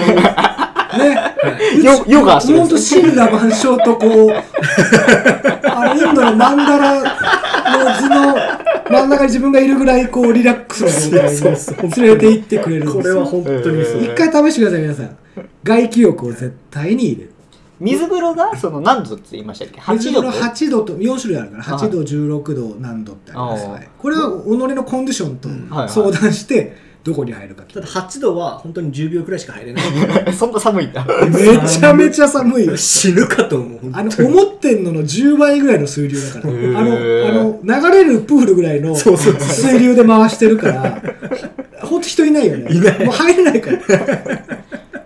Speaker 4: ヨヨガしてる
Speaker 1: ほ
Speaker 4: ん
Speaker 1: ん
Speaker 4: で
Speaker 1: と
Speaker 4: すよ
Speaker 1: 神羅万象と こう、あのインドのマンダラの図の真ん中に自分がいるぐらいこうリラックスの状態
Speaker 3: そうそうそう
Speaker 1: に連れて行ってくれるん
Speaker 3: こ
Speaker 1: です
Speaker 3: れは
Speaker 1: よ。
Speaker 3: 本当にそう。
Speaker 1: 一回試してください、皆さん。外気浴を絶対に入れる。
Speaker 4: 水風呂がその何度って言いましたっけ8度
Speaker 1: 水風呂8度と4種類あるから8度16度何度ってあります
Speaker 4: ああ
Speaker 1: はいこれは己のコンディション
Speaker 4: はいはい
Speaker 1: と相談してどこに入るか決
Speaker 3: た
Speaker 1: め
Speaker 3: だ
Speaker 1: る
Speaker 3: 8度は本当に10秒くらいしか入 れない。
Speaker 4: そんな寒いんだ
Speaker 1: めちゃめちゃ寒いよ
Speaker 3: 死ぬかと思う。本
Speaker 1: あ
Speaker 3: 当
Speaker 1: の
Speaker 3: に
Speaker 1: 思ってんのの10倍ぐらいの水流だからあ
Speaker 4: へえ
Speaker 1: のあの流れるプールぐらいの
Speaker 3: そうそうそう
Speaker 1: 水流で回してる からほんと人いないよね
Speaker 3: いない
Speaker 1: もう入れないから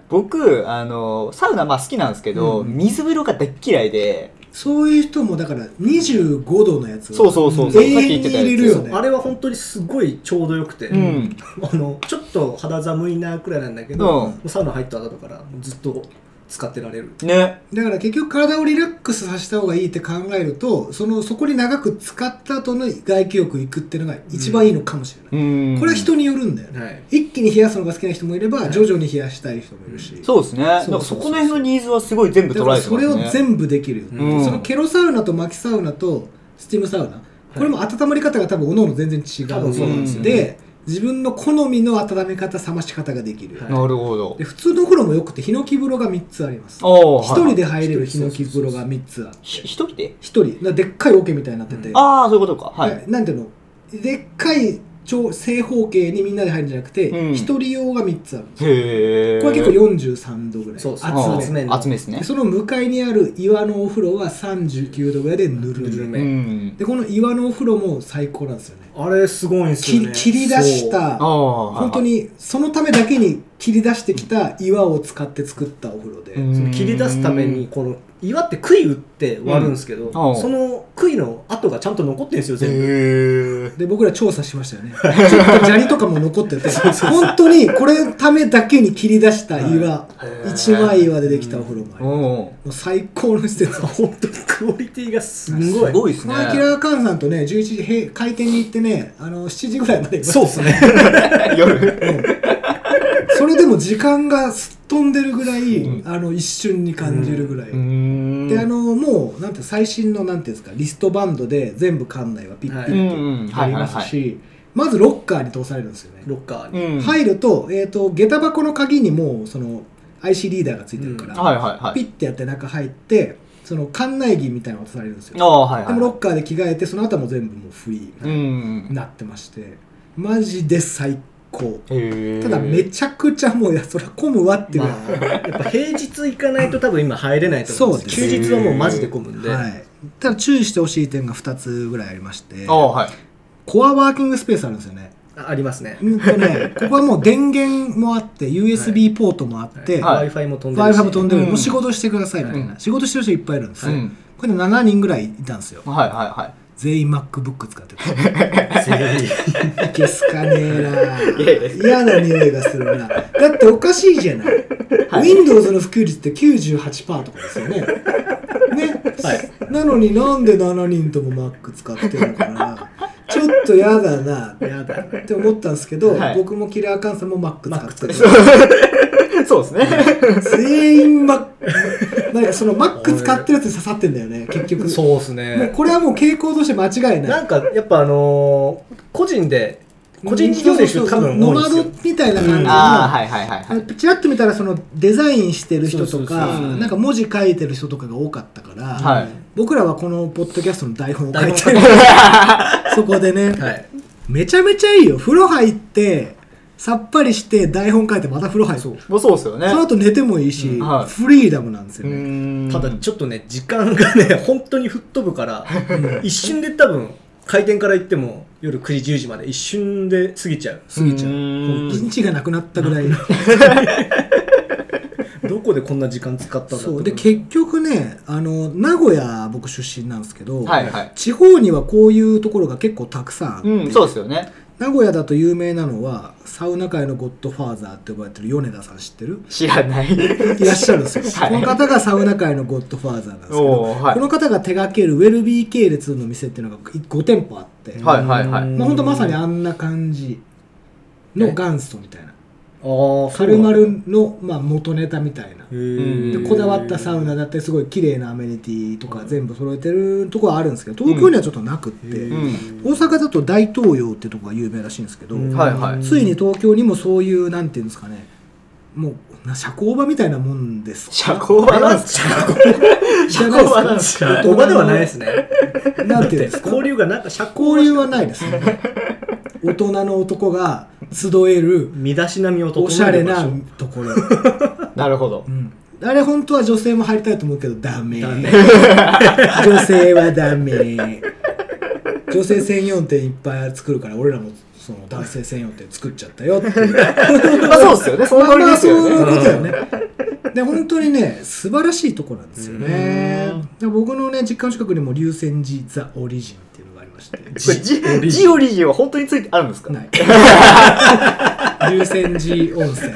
Speaker 4: 僕あのサウナまあ好きなんですけど、
Speaker 1: うん
Speaker 4: 水風呂が大っ嫌いで
Speaker 1: そういう人もだから25度のやつを
Speaker 4: そうそうそうそう
Speaker 1: 永遠に入れるよね
Speaker 3: あれは本当にすごいちょうどよくて、
Speaker 4: うん
Speaker 3: あのちょっと肌寒いなくらいなんだけど、
Speaker 4: うん
Speaker 3: もうサウナ入った後だからずっと使ってられる。
Speaker 4: ね
Speaker 1: だから結局体をリラックスさせた方がいいって考えるとそのそこに長く使った後の外気浴行くっていうのが一番いいのかもしれない、
Speaker 4: うん
Speaker 1: これは人によるんだよね、
Speaker 3: はい。
Speaker 1: 一気に冷やすのが好きな人もいれば徐々に冷やしたい人もいるし、
Speaker 4: そうですねなん
Speaker 1: そうそうそう
Speaker 4: かそこの辺のニーズはすごい全部捉え
Speaker 1: だ
Speaker 4: て
Speaker 1: か
Speaker 4: ま
Speaker 1: ら
Speaker 4: す
Speaker 1: そ
Speaker 4: ね
Speaker 1: れを全部できるよ、
Speaker 3: うん
Speaker 1: そのケロサウナと薪サウナとスチームサウナこれも温まり方が多分おのおの全然違う
Speaker 3: 多分そう
Speaker 4: なんですよね
Speaker 1: で自分の好みの温め方冷まし方ができる、
Speaker 3: はい
Speaker 4: なるほど
Speaker 1: で普通のお風呂もよくてヒノキ風呂が3つあります
Speaker 4: お
Speaker 1: 一人で入れるヒノキ風呂が3つあって
Speaker 4: ひ一人で
Speaker 1: 一人なでっかい桶みたいになってて、
Speaker 3: うん
Speaker 4: ああそういうことかはい、
Speaker 1: でなんていうのでっかい長正方形にみんなで入るんじゃなくて
Speaker 4: うん
Speaker 1: 一、人用が3つあるんです
Speaker 4: へえ
Speaker 1: これ結構43度ぐらい
Speaker 3: そうそう
Speaker 4: あー
Speaker 3: 厚めの
Speaker 4: 厚めですね
Speaker 1: でその向かいにある岩のお風呂は39度ぐらいでぬる
Speaker 3: ぬる
Speaker 1: ぬ
Speaker 3: め
Speaker 1: る
Speaker 4: うん
Speaker 1: でこの岩のお風呂も最高なんですよね
Speaker 3: あれすごいんですよね。
Speaker 1: き切り出し
Speaker 3: そう。
Speaker 1: た
Speaker 4: ああ
Speaker 1: 本当にそのためだけに切り出してきた岩を使って作ったお風呂で、
Speaker 3: その切り出すためにこの岩って杭打って割るんですけど、
Speaker 4: んああ
Speaker 3: その杭の跡がちゃんと残ってるんですよ
Speaker 4: へ
Speaker 3: 全部。
Speaker 4: え
Speaker 1: で僕ら調査しま したよねちょっと砂利とかも残ってて本当にこれのためだけに切り出した岩一枚岩でできたお風呂もあり
Speaker 4: お
Speaker 1: も
Speaker 4: お
Speaker 1: う最高の施設こ
Speaker 3: 本当にクオリティがすん
Speaker 4: す
Speaker 3: ごい。
Speaker 4: ごいですね
Speaker 1: のキラーカンさんとね11時閉開店に行ってねあの7時ぐらいまでいました
Speaker 3: そうですね。
Speaker 4: 夜
Speaker 1: それでも時間がすっ飛んでるぐらい、
Speaker 4: う
Speaker 1: あの一瞬に感じるぐらい、
Speaker 4: ん
Speaker 1: であのもうなんて最新のなんていうんですかリストバンドで全部館内はピッピ
Speaker 4: うん
Speaker 1: ッ
Speaker 4: うん
Speaker 1: とあ
Speaker 4: はい
Speaker 1: り
Speaker 4: はい
Speaker 1: ます
Speaker 4: はい
Speaker 1: しまずロッカーに通されるんですよね
Speaker 3: ロッカー
Speaker 4: う
Speaker 3: に。
Speaker 4: ん
Speaker 1: 入ると,、えー、と下駄箱の鍵にもうその IC リーダーがついてるから、
Speaker 3: うん
Speaker 4: はいはいはい
Speaker 1: ピッてやって中入ってその館内着みたいなの渡されるんです
Speaker 4: あ
Speaker 1: よ
Speaker 4: あはいはい
Speaker 1: でもロッカーで着替えてその後はもう全部もうフリ
Speaker 4: う
Speaker 1: ーに
Speaker 4: ん
Speaker 1: なってましてマジで最高
Speaker 4: へえ
Speaker 1: ただめちゃくちゃもういやそりゃ混むわっていう、
Speaker 3: まあ、やっぱ平日行かないと多分今入れないと思うんです
Speaker 1: そう
Speaker 4: です
Speaker 3: 休日はもうマジで混むんで、
Speaker 1: はい、ただ注意してほしい点が2つぐらいありまして
Speaker 4: ああはい
Speaker 1: コアワーキングスペースあるんですよね
Speaker 3: あありますね。
Speaker 1: うんと ねここはもう電源もあって USB ポートもあって、
Speaker 4: はい
Speaker 3: Wi-Fi も飛んでる
Speaker 1: Wi-Fi も飛んでる、
Speaker 4: うん
Speaker 1: もう仕事してくださいみたいな、
Speaker 4: うん
Speaker 1: 仕事してる人いっぱいいるんですよ、
Speaker 4: うん
Speaker 1: これで7人ぐらいいたんですよ
Speaker 4: はいはいはい
Speaker 1: 全員 MacBook 使ってた
Speaker 3: る。
Speaker 1: いけすかねえな
Speaker 4: やいや
Speaker 1: 嫌な匂いがするなだっておかしいじゃない、Windows の普及率って98%とかですよねね、なのになんで7人とも Mac 使ってるのかなちょっと嫌だなっ
Speaker 3: やだ。
Speaker 1: て思ったんですけど、
Speaker 4: はい
Speaker 1: 僕もキラーカンさんも Mac 使って
Speaker 3: Mac
Speaker 1: る
Speaker 4: そうですね。
Speaker 1: 全員 Mac なんかその Mac 使ってるやつに刺さってんだよね結局
Speaker 3: そうです
Speaker 1: もう
Speaker 3: ね。
Speaker 1: これはもう傾向として間違いない
Speaker 3: なんかやっぱあのー個人で個人事業主多分
Speaker 1: ノ
Speaker 3: 多いで
Speaker 1: マ
Speaker 3: す
Speaker 1: ド
Speaker 3: よ。
Speaker 1: みたいな感じの
Speaker 4: ああ、はいはいはいはい。
Speaker 1: ちらっと見たらそのデザインしてる人
Speaker 3: そ
Speaker 1: と
Speaker 3: うそうそう
Speaker 1: か
Speaker 4: うん
Speaker 1: なんか文字書いてる人とかが多かったから、
Speaker 4: はい
Speaker 1: 僕らはこのポッドキャストの台本を書いて
Speaker 3: 台
Speaker 1: る そこでね、
Speaker 3: はい。
Speaker 1: めちゃめちゃいいよ風呂入ってさっぱりして台本書いてまた風呂入る そ
Speaker 4: もうそうですよね。
Speaker 1: の後寝てもいいし、
Speaker 4: んはい
Speaker 1: フリーダムなんですよね、
Speaker 4: ーん
Speaker 3: ただちょっとね時間がね 本当に吹っ飛ぶから一瞬で多分開店から行っても夜9時10時まで一瞬で過ぎちゃう。
Speaker 1: 過ぎちゃう
Speaker 4: う
Speaker 1: も
Speaker 4: ん
Speaker 1: う一日がなくなったぐらいの
Speaker 3: どこでこんな時間使ったんだっ て
Speaker 1: そ
Speaker 3: 思
Speaker 1: う
Speaker 3: う
Speaker 1: で結局ねあの名古屋僕出身なんですけど、
Speaker 4: はいはい。
Speaker 1: 地方にはこういうところが結構たくさんあって、
Speaker 4: うん、そうですよね。
Speaker 1: 名古屋だと有名なのはサウナ界のゴッドファーザーって呼ばれてる米田さん知ってる
Speaker 4: 知ら ない。
Speaker 1: いらっしゃるんですよ、
Speaker 4: はい
Speaker 1: この方がサウナ界のゴッドファーザーなんですけど、
Speaker 4: おーはい
Speaker 1: この方が手掛けるウェルビー系列の店っていうのが5店舗あって、
Speaker 4: はいはいは
Speaker 3: う
Speaker 4: い。
Speaker 3: ん
Speaker 1: まあ、ほんとまさにあんな感じの元祖みたいな
Speaker 3: ああ
Speaker 1: カルマルの、まあ、元ネタみたいな
Speaker 3: へ
Speaker 1: で
Speaker 3: え
Speaker 1: こだわったサウナだったりすごい綺麗なアメニティとか全部揃えてるとこはあるんですけど東京にはちょっとなくって、
Speaker 4: うん
Speaker 1: 大阪だと大東洋ってとこが有名らしいんですけど、
Speaker 3: うん
Speaker 4: はいはい
Speaker 1: ついに東京にもそういうなんていうんですかねもうな社交場みたいなもんですか
Speaker 4: 社交場なんですか
Speaker 1: じゃないです
Speaker 4: 社交場なん
Speaker 1: か
Speaker 4: です
Speaker 3: 社交場ではないですね
Speaker 1: なんていうん
Speaker 3: で
Speaker 1: ですか
Speaker 3: 交流がなんか社交
Speaker 1: 交
Speaker 3: 流
Speaker 1: 流はないですね大人の男が集える
Speaker 3: 身だしなみを整
Speaker 1: おしゃ
Speaker 3: え
Speaker 1: れ
Speaker 3: る場所
Speaker 1: なところ、
Speaker 4: なるほど
Speaker 1: う。ん、あれ本当は女性も入りたいと思うけどダメ女性はダメ女性専用店いっぱい作るから俺らもその男性専用店作っちゃったよっていう
Speaker 4: まあそうですよね。その
Speaker 1: まあ
Speaker 4: 通り
Speaker 1: ま
Speaker 4: で
Speaker 1: あ
Speaker 4: す
Speaker 1: そう
Speaker 4: よ
Speaker 1: いう
Speaker 4: ね。
Speaker 1: ことだよね。で本当にね素晴らしいところなんですよね
Speaker 4: うん。
Speaker 1: で僕のね実家の近くにも龍泉寺ザオリジンっていうのがありまして。
Speaker 4: これジ
Speaker 3: オリジン
Speaker 4: ジオリジンは本当についてあるんですか
Speaker 1: ない。龍泉寺温泉。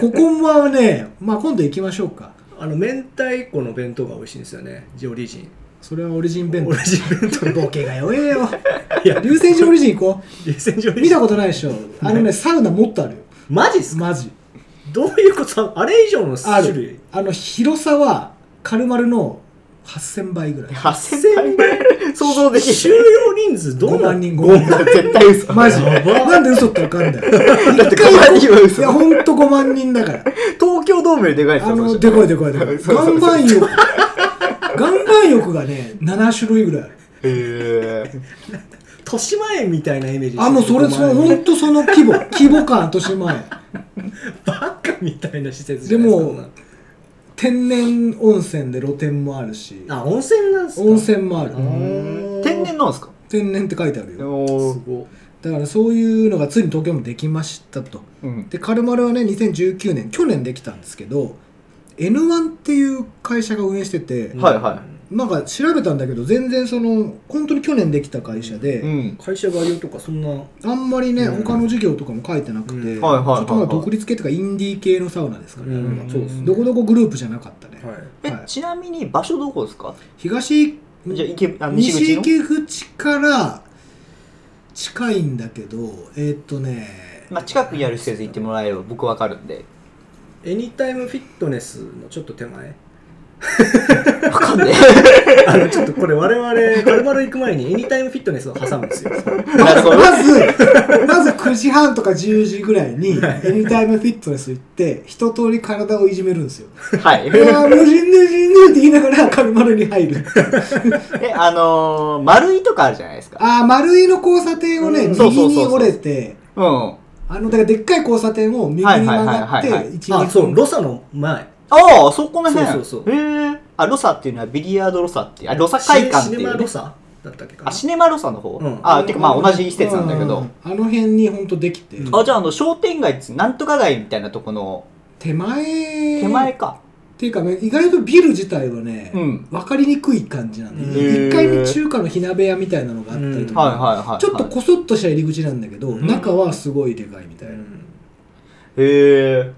Speaker 1: ここもね、まあ今度行きましょうか。
Speaker 3: あの明太子の弁当が美味しいんですよねジオリジン
Speaker 1: それはオリジン弁
Speaker 3: オリジン弁
Speaker 1: 当。ボケが弱えよ。
Speaker 3: 当いや
Speaker 1: 龍泉寺オリジン行こ
Speaker 3: 流泉ジオ
Speaker 1: う。
Speaker 3: リ
Speaker 1: 見
Speaker 3: ジ
Speaker 1: た
Speaker 3: ン
Speaker 1: ことないでしょ。あのね、サウナもっとあるよ。
Speaker 3: マジっすか
Speaker 1: マジ。
Speaker 3: どういうことあれ以上の
Speaker 1: あ
Speaker 3: 種類
Speaker 1: る。あの広さはカルマルの8000倍ぐらい。
Speaker 4: 8000倍想像でき
Speaker 3: 収
Speaker 4: る。
Speaker 3: 容人数どう
Speaker 1: 5
Speaker 3: な
Speaker 1: 万
Speaker 3: ん
Speaker 1: 人
Speaker 4: ごめん
Speaker 1: 5万
Speaker 4: 絶対 嘘。
Speaker 1: マジ
Speaker 3: やば
Speaker 1: なんで嘘ってわか んだよ。
Speaker 4: だって5万人は
Speaker 1: や、
Speaker 4: い嘘。
Speaker 1: ほんと5万人だから。
Speaker 4: 東京ドームよりでかいです
Speaker 1: あ
Speaker 4: よ。
Speaker 1: の、
Speaker 4: そ
Speaker 1: で
Speaker 4: した
Speaker 1: こ
Speaker 4: ら
Speaker 1: いでこいでこ い。
Speaker 4: そうそ
Speaker 1: 岩
Speaker 4: うそう
Speaker 1: 盤浴。岩盤浴がね、7種類ぐらいある。
Speaker 4: へえ。
Speaker 3: 豊島園みたいなイメージ
Speaker 1: あ、もうそれ、
Speaker 3: 5
Speaker 1: その、
Speaker 3: 万
Speaker 1: ほ
Speaker 3: 人
Speaker 1: んとその規模。規模感、豊島園。
Speaker 3: バカみたいな施設じ
Speaker 1: で
Speaker 3: ゃないですかこんな
Speaker 1: も、天然温泉で露天もあるし、
Speaker 3: あ温泉なんすか
Speaker 1: 温泉もある。
Speaker 3: うん
Speaker 4: 天然なんですか
Speaker 1: 天然って書いてあるよ。
Speaker 4: おー
Speaker 3: すご
Speaker 1: だからそういうのがついに東京もできましたと。
Speaker 4: うん。
Speaker 1: で、カルマルはね、2019年、去年できたんですけど、N1 っていう会社が運営してて、
Speaker 3: い
Speaker 4: はいは
Speaker 1: なんか調べたんだけど全然その本当に去年できた会社
Speaker 4: う
Speaker 1: で、
Speaker 4: ん。
Speaker 3: 会社概要とかそんな
Speaker 1: あんまりね、
Speaker 3: うん
Speaker 1: 他の事業とかも書いてなくて、
Speaker 3: うん
Speaker 4: はいはいはいはい
Speaker 1: ちょっとまだ独立系とかインディー系のサウナですから、
Speaker 3: うん
Speaker 1: あれは
Speaker 3: そうですね
Speaker 1: どこどこグループじゃなかったね、
Speaker 3: はい
Speaker 4: え
Speaker 1: はい、
Speaker 4: ちなみに場所どこですか
Speaker 1: 東
Speaker 4: じゃあ池あの西
Speaker 1: 西
Speaker 4: 口の
Speaker 1: 池口から近いんだけどえーっとね、
Speaker 4: まあ近くにある施設行ってもらえれば僕わかるんで。
Speaker 3: エニタイムフィットネスのちょっと手前
Speaker 4: わかん ね
Speaker 3: あのちょっとこれ我々軽々行く前にエニタイムフィットネスを挟むんですよ
Speaker 4: え。なるほど。
Speaker 1: まず、まず9時 半とか10時ぐらいに、エニタイムフィットネス行って、一通り体をいじめるんですよ。
Speaker 4: はい。
Speaker 1: いやーもうしんどいしんどいって言いながら軽丸に入る。
Speaker 4: え、あのー、丸いとかあるじゃないですか。
Speaker 1: ああ、丸いの交差点をね、
Speaker 4: うんそう
Speaker 1: 右
Speaker 4: そうそう
Speaker 1: に
Speaker 4: そう
Speaker 1: 折れて、
Speaker 4: うん。
Speaker 1: あの、だからでっかい交差点を右に曲がっ
Speaker 4: はいはいはいはいは
Speaker 1: て、
Speaker 4: い
Speaker 1: 一
Speaker 3: あ
Speaker 1: 日
Speaker 3: そうロサの前
Speaker 4: ああ、そこの辺。
Speaker 3: そうそうそう
Speaker 4: へえ。あ、ロサっていうのはビリヤードロサっていう、あ、ロサ会館っ
Speaker 3: シ
Speaker 4: て
Speaker 3: ネ
Speaker 4: いうね、
Speaker 3: マロサだったっけかな
Speaker 4: あ、シネマロサの方。
Speaker 3: うん
Speaker 4: あ、てかまあ同じ施設なんだけ
Speaker 1: う
Speaker 4: ど
Speaker 1: ん。あの辺にほんとできて、
Speaker 3: うん
Speaker 4: あ、じゃああの商店街っつなんとか街みたいなとこの
Speaker 1: 手前、
Speaker 4: 手前か。
Speaker 1: っていうかね、意外とビル自体はね、
Speaker 4: うん
Speaker 1: 分かりにくい感じなんで、
Speaker 4: へー
Speaker 1: 1階に中華の火鍋屋みたいなのがあったりと
Speaker 3: うん
Speaker 1: か、
Speaker 4: はいはいはいはい。
Speaker 1: ちょっとこそっとした入り口なんだけど、
Speaker 4: ん
Speaker 1: 中はすごいでかいみたいな。
Speaker 3: うん
Speaker 4: へえ。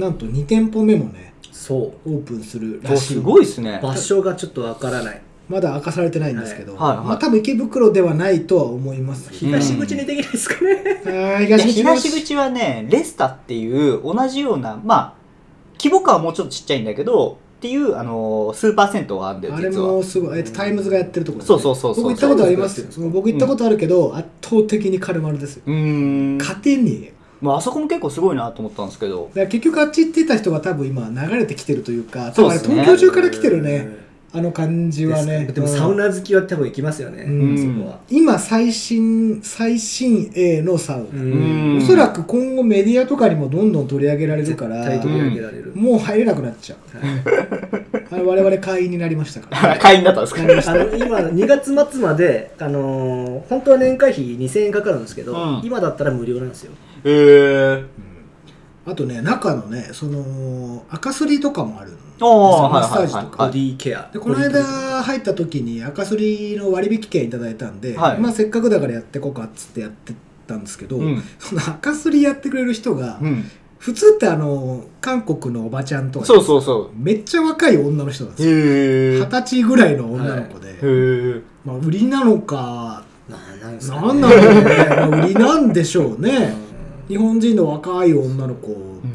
Speaker 1: なんと2店舗目もね、
Speaker 3: そ
Speaker 1: オープンするら
Speaker 4: お
Speaker 1: しい
Speaker 4: す。ごいですね
Speaker 3: う。場所がちょっとわからない
Speaker 1: まだ明かされてないんですけど、
Speaker 4: はいはいはい
Speaker 1: まあ、多分池袋ではないとは思います。
Speaker 3: 東口にできないですかね、
Speaker 1: あー
Speaker 4: いや
Speaker 1: 東口
Speaker 4: 東口はね、レスタっていう同じような、まあ、規模感はもうちょっとちっちゃいんだけど、っていう、あのースーパー銭湯があるんだよ、
Speaker 1: あれ
Speaker 4: 実は。
Speaker 1: もすごい、えっと、タイムズがやってるところ、
Speaker 4: そうそうそうそう
Speaker 1: 僕行ったことありますよ
Speaker 3: タイムズがやってるんです
Speaker 1: その僕行ったことあるけど、圧倒的にカルマルですよ
Speaker 4: うーん。
Speaker 1: 勝てにえよ
Speaker 4: まあ、あそこも結構すごいなと思ったんですけど
Speaker 1: だ。から結局あっち行ってた人が多分今流れてきてるというか
Speaker 4: そうっす
Speaker 1: 多分
Speaker 4: ね
Speaker 1: あれ東京中から来てるねあの感じ
Speaker 3: で
Speaker 1: は
Speaker 3: す
Speaker 1: ね
Speaker 3: ねでも
Speaker 1: うん
Speaker 3: サウナ好きは多分行きますよね、
Speaker 1: うん
Speaker 3: あそこは
Speaker 1: 今最新最新鋭のサウナ、
Speaker 4: うーん
Speaker 1: おそ らく今後メディアとかにもどんどん取り上げられる
Speaker 3: 絶
Speaker 1: から
Speaker 3: 対取り上げられる、
Speaker 1: もう入れなくなっちゃう
Speaker 3: はい
Speaker 1: あれ我々会員になりましたから
Speaker 4: 会員だったんですか
Speaker 3: あの今2月末まで、あのー本当は年会費2000円かかるんですけど、
Speaker 4: うん
Speaker 3: 今だったら無料なんですよ
Speaker 4: えー。
Speaker 1: あとね中のねその赤すりとかもあるんです
Speaker 4: ああ、
Speaker 1: よ
Speaker 4: は
Speaker 1: マ
Speaker 4: い
Speaker 1: ッサ
Speaker 4: は
Speaker 1: ー
Speaker 4: い
Speaker 1: ジとか
Speaker 4: は
Speaker 3: ボ
Speaker 4: い
Speaker 3: デ。ィケア
Speaker 1: でこの
Speaker 3: ボディケア
Speaker 1: 間入った時に赤すりの割引券いただいたんで、
Speaker 4: はい
Speaker 1: まあ、せっかくだからやってこうかっつってやってたんですけど、
Speaker 4: うん
Speaker 1: その赤すりやってくれる人が、
Speaker 4: うん。
Speaker 1: 普通ってあの韓国のおばちゃんとか
Speaker 4: そうそうそ
Speaker 1: めっちゃ若い女の人なんです
Speaker 4: う。
Speaker 1: よ
Speaker 4: へ
Speaker 1: 二
Speaker 4: え。
Speaker 1: 十歳ぐらいの女の子で、
Speaker 4: へえ。
Speaker 1: まあ、売りなのか
Speaker 3: なんなんですか
Speaker 1: 何
Speaker 3: ね
Speaker 1: なんだろうね、まあ、売りなんでしょうね
Speaker 3: うん
Speaker 1: 日本人の若い女の子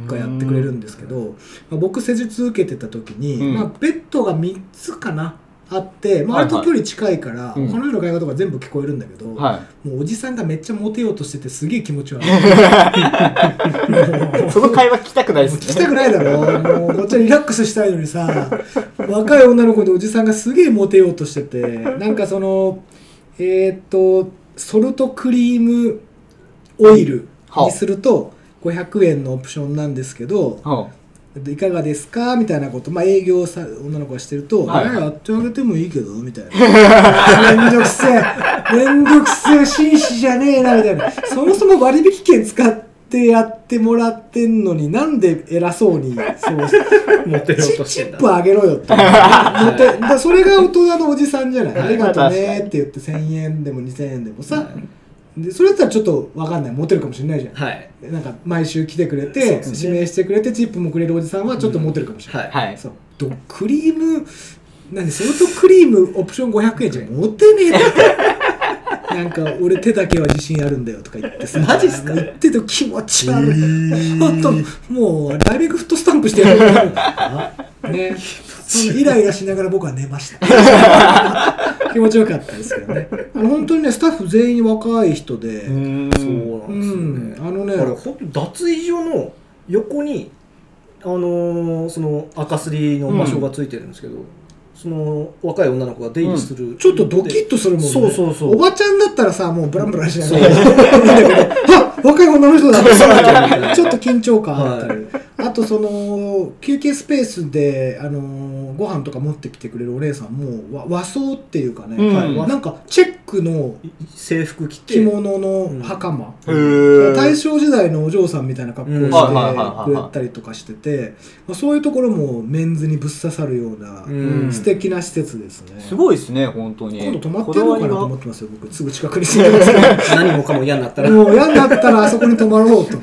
Speaker 1: がやってくれるんですけど、まあ、僕施術受けてた時に、
Speaker 4: うん
Speaker 1: まあ、ベッドが3つかなあって、まあ、
Speaker 4: はい
Speaker 1: 割
Speaker 4: はい
Speaker 1: と距離近いから、
Speaker 4: うん
Speaker 1: 彼女の会話とか全部聞こえるんだけど、
Speaker 4: は
Speaker 1: もうおじさんがめっちゃモテようとしててすげえ気持ち悪い
Speaker 4: い。その会話聞きたくないで
Speaker 1: 聞き
Speaker 4: す
Speaker 1: た
Speaker 4: ね。
Speaker 1: くないだろもうこっちはリラックスしたいのにさ若い女の子でおじさんがすげえモテようとしててなんかそのえーっとソルトクリームオイルにすると500円のオプションなんですけど
Speaker 4: うん
Speaker 1: いかがですかみたいなこと、まあ、営業をさ女の子がしてると、
Speaker 4: はい
Speaker 1: いややってあげてもいいけどみたいなめんどくせえめんどくせえ紳士じゃねえなみたいなそもそも割引券使ってやってもらってんのになんで偉そうにそう
Speaker 3: 持ってようとし
Speaker 1: チ
Speaker 3: てん
Speaker 1: ッ
Speaker 3: だ
Speaker 1: プあげろよ って。だってだからそれが大人のおじさんじゃない。
Speaker 4: はい
Speaker 1: ありがとうねって言って1000円でも2000円でもさ。でそれだったらちょっとわかんない。モテるかもしれないじゃん。
Speaker 3: はい
Speaker 1: なんか毎週来てくれて、
Speaker 3: そうですね
Speaker 1: 指名してくれてチップもくれるおじさんはちょっとモテるかもしれない。
Speaker 3: はい
Speaker 4: はい。
Speaker 1: そう。とクリーム、何ソフトクリームオプション500円じゃモテねえって。 なんか俺手だけは自信あるんだよとか言ってさ
Speaker 3: マジっすか
Speaker 1: 言ってて気持ち悪い、本当もうダイレクトスタンプしてやるね、そのイライラしながら僕は寝ま した気持ちよかったですけどねあの本当にねスタッフ全員若い人で
Speaker 4: うーん
Speaker 3: そうなんですよね、
Speaker 1: うんあのね
Speaker 3: だから本当脱衣所の横にあのーその赤すりの場所がついてるんですけど、その若い女の子が出入りする、
Speaker 1: ちょっとドキッとするもんね
Speaker 3: そうそうそう
Speaker 1: おばちゃんだったらさもうブランブランしながら あ若い女の人だってそうなんだよちょっと緊張感あったり、あとその休憩スペースであのーご飯とか持ってきてくれるお姉さんも和和装っていうかね、
Speaker 4: うん
Speaker 1: はいなんかチェックの
Speaker 3: 制服着て
Speaker 1: 着物の袴、
Speaker 4: へー
Speaker 1: 大正時代のお嬢さんみたいな格好
Speaker 3: うん
Speaker 4: は
Speaker 1: を
Speaker 4: いは
Speaker 1: して
Speaker 4: いはいはい
Speaker 1: くれたりとかしてて、まあ、そういうところもメンズにぶっ刺さるような
Speaker 3: うん
Speaker 1: 素敵な施設ですね、
Speaker 4: すごいですね、本当に。
Speaker 1: 今度泊まってるのかな
Speaker 4: ことだわ
Speaker 1: 思
Speaker 4: り
Speaker 1: ってますよ僕すぐ近くに住んでますか
Speaker 3: 何もかも嫌になったら
Speaker 1: らもう嫌になったらあそこに泊まろ うと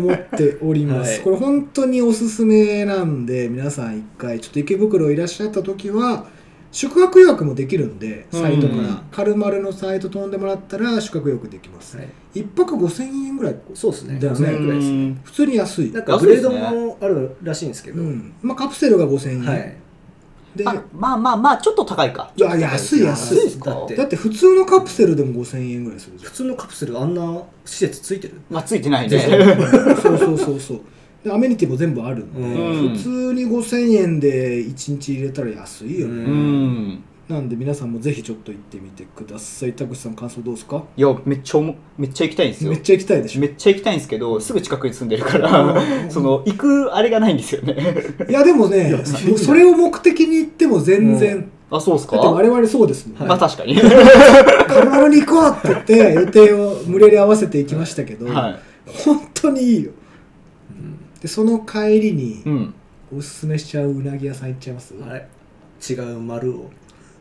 Speaker 1: 思っております、
Speaker 3: はい
Speaker 1: これ本当におすすめなんで皆さん一回ちょっと池袋いらっしゃった時は宿泊予約もできるんでサイトから、
Speaker 4: うんうん
Speaker 1: カルマルのサイト飛んでもらったら宿泊予約できます、
Speaker 3: はい
Speaker 1: 一泊5000円ぐらい
Speaker 3: そうですね
Speaker 1: だよね
Speaker 3: それ
Speaker 1: う
Speaker 3: ぐらいですね
Speaker 4: ん
Speaker 1: 普通に安い
Speaker 3: なんかグレードもあるらしいんですけ
Speaker 1: う
Speaker 3: ど、
Speaker 1: んまあ、カプセルが5000円、
Speaker 3: はい
Speaker 1: で
Speaker 4: あまあまあまあ、ちょっと高いか。
Speaker 1: いや安い安
Speaker 4: い
Speaker 1: い
Speaker 4: ですか
Speaker 3: だって
Speaker 1: だって普通のカプセルでも5000円ぐらいするじゃ
Speaker 3: 普通のカプセルあんな施設ついてる
Speaker 4: まあ、ついてないね。
Speaker 1: んそうそうそうそうでアメニティも全部あるんで、
Speaker 3: うん
Speaker 1: 普通に5000円で1日入れたら安いよ
Speaker 3: う
Speaker 1: ね、
Speaker 4: うーん。
Speaker 1: なんで皆さんもぜひちょっと行ってみてください田口さん感想どうですか
Speaker 4: いや、めっちゃおも、めっちゃ行きたいんですよ
Speaker 1: めっ。ちゃ行きたいでしょ
Speaker 4: めっちゃ行きたいんですけど、すぐ近くに住んでるから、その、行くあれがないんですよね。
Speaker 1: いやでもね
Speaker 3: いや
Speaker 1: もうそれを目的に行っても全然、
Speaker 3: う
Speaker 4: あ、そうっす
Speaker 1: だ
Speaker 4: か
Speaker 1: って我々そうですもん、
Speaker 3: はい
Speaker 4: まあ、確かに。
Speaker 1: カルマルに行こうって言って予定を無理やり合わせていきましたけど、
Speaker 4: は
Speaker 1: 本当にいいよでその帰りに
Speaker 4: い。うん。
Speaker 1: おすすめしちゃううなぎ屋さん行っちゃいます、
Speaker 3: あれ違う丸を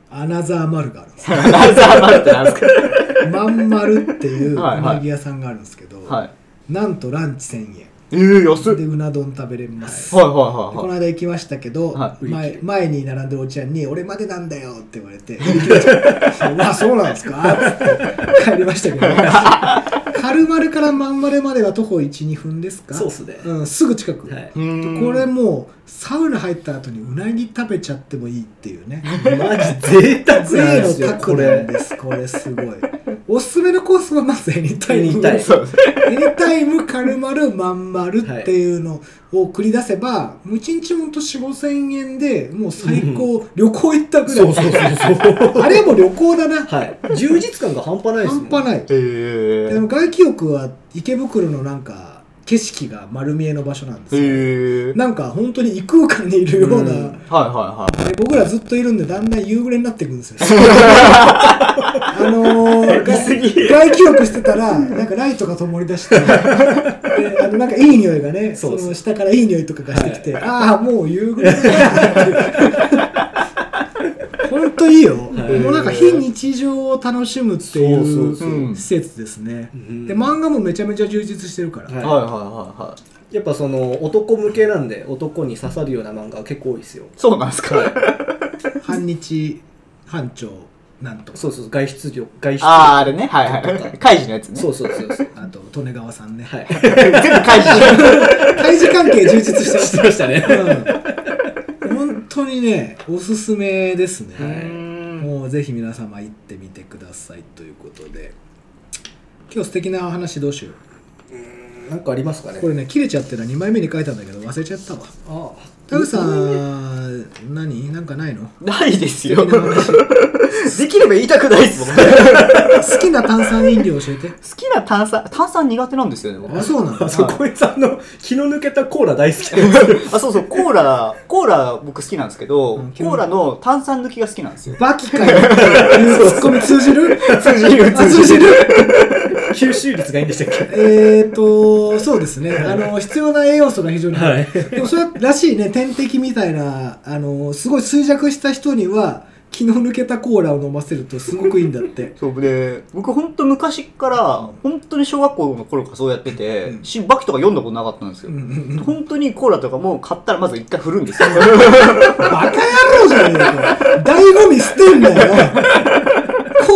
Speaker 1: アナザーマルがあるんですよ
Speaker 4: ラザーマルってなんです
Speaker 1: まんまるっていうう
Speaker 4: はいはい
Speaker 1: なぎ屋さんがあるんですけど、
Speaker 4: かはい。
Speaker 1: なんとランチ1000円
Speaker 4: ええ、安っ。
Speaker 1: でうな丼食べれます、
Speaker 4: はいはい
Speaker 1: でこ
Speaker 4: はい
Speaker 1: の
Speaker 4: はい。
Speaker 1: 間行きましたけど、
Speaker 4: はい
Speaker 1: 前前に並んでるおちゃんに「俺までなんだよ」って言われて「売り切れちゃった うわそうなんですか?」って帰りましたけどカルマルからまんまるまでは徒歩12分ですか
Speaker 3: そうっすね
Speaker 1: うん、すぐ近く、
Speaker 3: はい
Speaker 1: これ
Speaker 4: も
Speaker 1: もうサウナ入った後にうなぎ食べちゃってもいいっていうね
Speaker 3: マジ贅沢なん
Speaker 1: 税
Speaker 3: で
Speaker 1: の
Speaker 3: すよ
Speaker 1: タ
Speaker 3: こ
Speaker 1: クなん
Speaker 3: れ
Speaker 1: です これすごいおすすめのコースはまずエニタイム
Speaker 3: エニタイム
Speaker 4: そうです
Speaker 1: エニタイム軽丸まん丸っていうのを繰り出せば、もう1日ほんと4 5千円でもう最高、旅行行ったぐらい
Speaker 3: そうそうそうそう
Speaker 1: あれはもう旅行だな
Speaker 3: はい充実感が半端ないですも
Speaker 1: 半
Speaker 3: ん
Speaker 1: 端ない
Speaker 4: え
Speaker 1: でも外記憶は池袋のなんか景色が丸見えの場所なんです
Speaker 4: え。
Speaker 1: よ、
Speaker 4: ええ。
Speaker 1: なんか本当に異空間にいるような、
Speaker 3: うん
Speaker 4: はいはいはい。
Speaker 1: で僕らずっといるんでだんだん夕暮れになっていくんです よ。あのー、
Speaker 4: 言い過ぎ
Speaker 1: 外気浴してたらなんかライトが灯り出 してであのなんかいい匂いがね
Speaker 3: そう
Speaker 1: そ
Speaker 3: です
Speaker 1: の下からいい匂いとかがしてきて、ああもう夕暮れだなってほんといいよ、
Speaker 3: はい
Speaker 1: もうなんか非日常を楽しむってい
Speaker 3: そううそうそう
Speaker 1: 施設ですね、
Speaker 3: うん
Speaker 1: で漫画もめちゃめちゃ充実してるから、
Speaker 3: はい
Speaker 4: はいはいはいはい。
Speaker 3: やっぱその男向けなんで男に刺さるような漫画が結構多いですよ
Speaker 4: そうなんですか。
Speaker 1: 半日班長なんとか
Speaker 3: そうそうそう外出量外出量
Speaker 4: ああ、あれね。はいはい。カイジのやつね。
Speaker 3: そうそうそうそう
Speaker 1: あと利根川さんね、
Speaker 3: はい
Speaker 4: 全部カイジじゃん。
Speaker 1: 対峙関係充実してま
Speaker 3: してましたね
Speaker 1: す、うん、本当にねおすすめですね、
Speaker 4: うん
Speaker 1: もうぜひ皆様行ってみてくださいということで今日素敵なお話どうしよう
Speaker 3: なんかありますかね
Speaker 1: これね切れちゃってる2枚目に書いたんだけど忘れちゃったわ
Speaker 3: あ
Speaker 1: 田口さん何なんか ないの
Speaker 4: ないです
Speaker 1: 素
Speaker 4: よ
Speaker 1: 敵。な話
Speaker 4: できれば言いたくないっす。好
Speaker 1: 好きな炭酸飲料教えて
Speaker 4: きな炭酸、炭酸苦手なんですよね、僕
Speaker 1: あそうなん
Speaker 3: あ
Speaker 1: だ
Speaker 3: そう
Speaker 4: はい
Speaker 3: 小江さんの気の抜けたコーラ大好き
Speaker 4: あ、そうそう、コーラ、コーラ僕好きなんですけど、
Speaker 1: うん
Speaker 4: コーラの炭酸抜きが好きなんですよ。
Speaker 1: バキかよっていうツッコミ通じ る
Speaker 4: 通じる
Speaker 1: あ通じる
Speaker 3: 吸収率がいいんでしたっ け
Speaker 1: えーとそうですねあの必要な栄養素が非常に入ってる
Speaker 3: はい
Speaker 1: でもそれらしいね点滴みたいなあのすごい衰弱した人には気の抜けたコーラを飲ませるとすごくいいんだって
Speaker 4: そうで、僕本当昔から、本当に小学校の頃からそうやってて、
Speaker 1: うん
Speaker 4: しバキとか読んだことなかったんですよ。
Speaker 1: うんうんうん
Speaker 4: 本当にコーラとかも買ったらまず一回振るんで すよ。
Speaker 1: バカ野郎じゃねえか醍醐味捨てんだよコ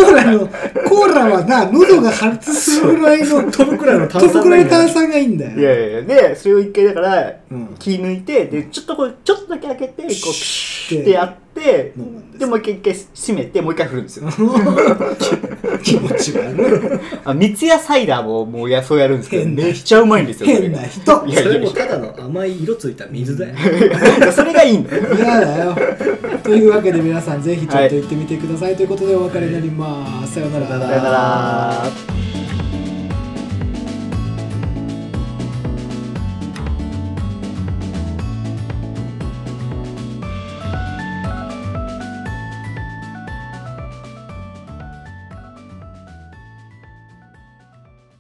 Speaker 1: ーラのコーラはな喉が破裂するぐらいの
Speaker 3: 飛ぶくらいの炭
Speaker 1: ど
Speaker 3: 酸
Speaker 1: のくらい炭酸がいいんだ
Speaker 4: い
Speaker 1: よ
Speaker 4: やいやいやで、それを一回だから、
Speaker 1: うん
Speaker 4: 気抜いて、で、ちょっとこれ、ちょっとだけ開けて、こう、ピ
Speaker 1: シ
Speaker 4: シ
Speaker 1: ュッ
Speaker 4: ッてやって
Speaker 1: 飲むんで、す
Speaker 4: で、もう一回一回閉めて、もう一回振るんですよ。
Speaker 1: 気持ち悪い
Speaker 4: あ三ツ矢サイダーも、もうや、そうやるんですけど、
Speaker 1: 変な
Speaker 4: めっちゃうまいんですよ、それ
Speaker 1: 変
Speaker 4: が
Speaker 1: な。人
Speaker 4: いや
Speaker 3: それもただの甘い色ついた水だよ
Speaker 4: いやそれがいいんだよ。
Speaker 1: 嫌だよというわけで皆さんぜひちょっと行ってみてください、ということでお別れになります、さよう
Speaker 4: さよなら。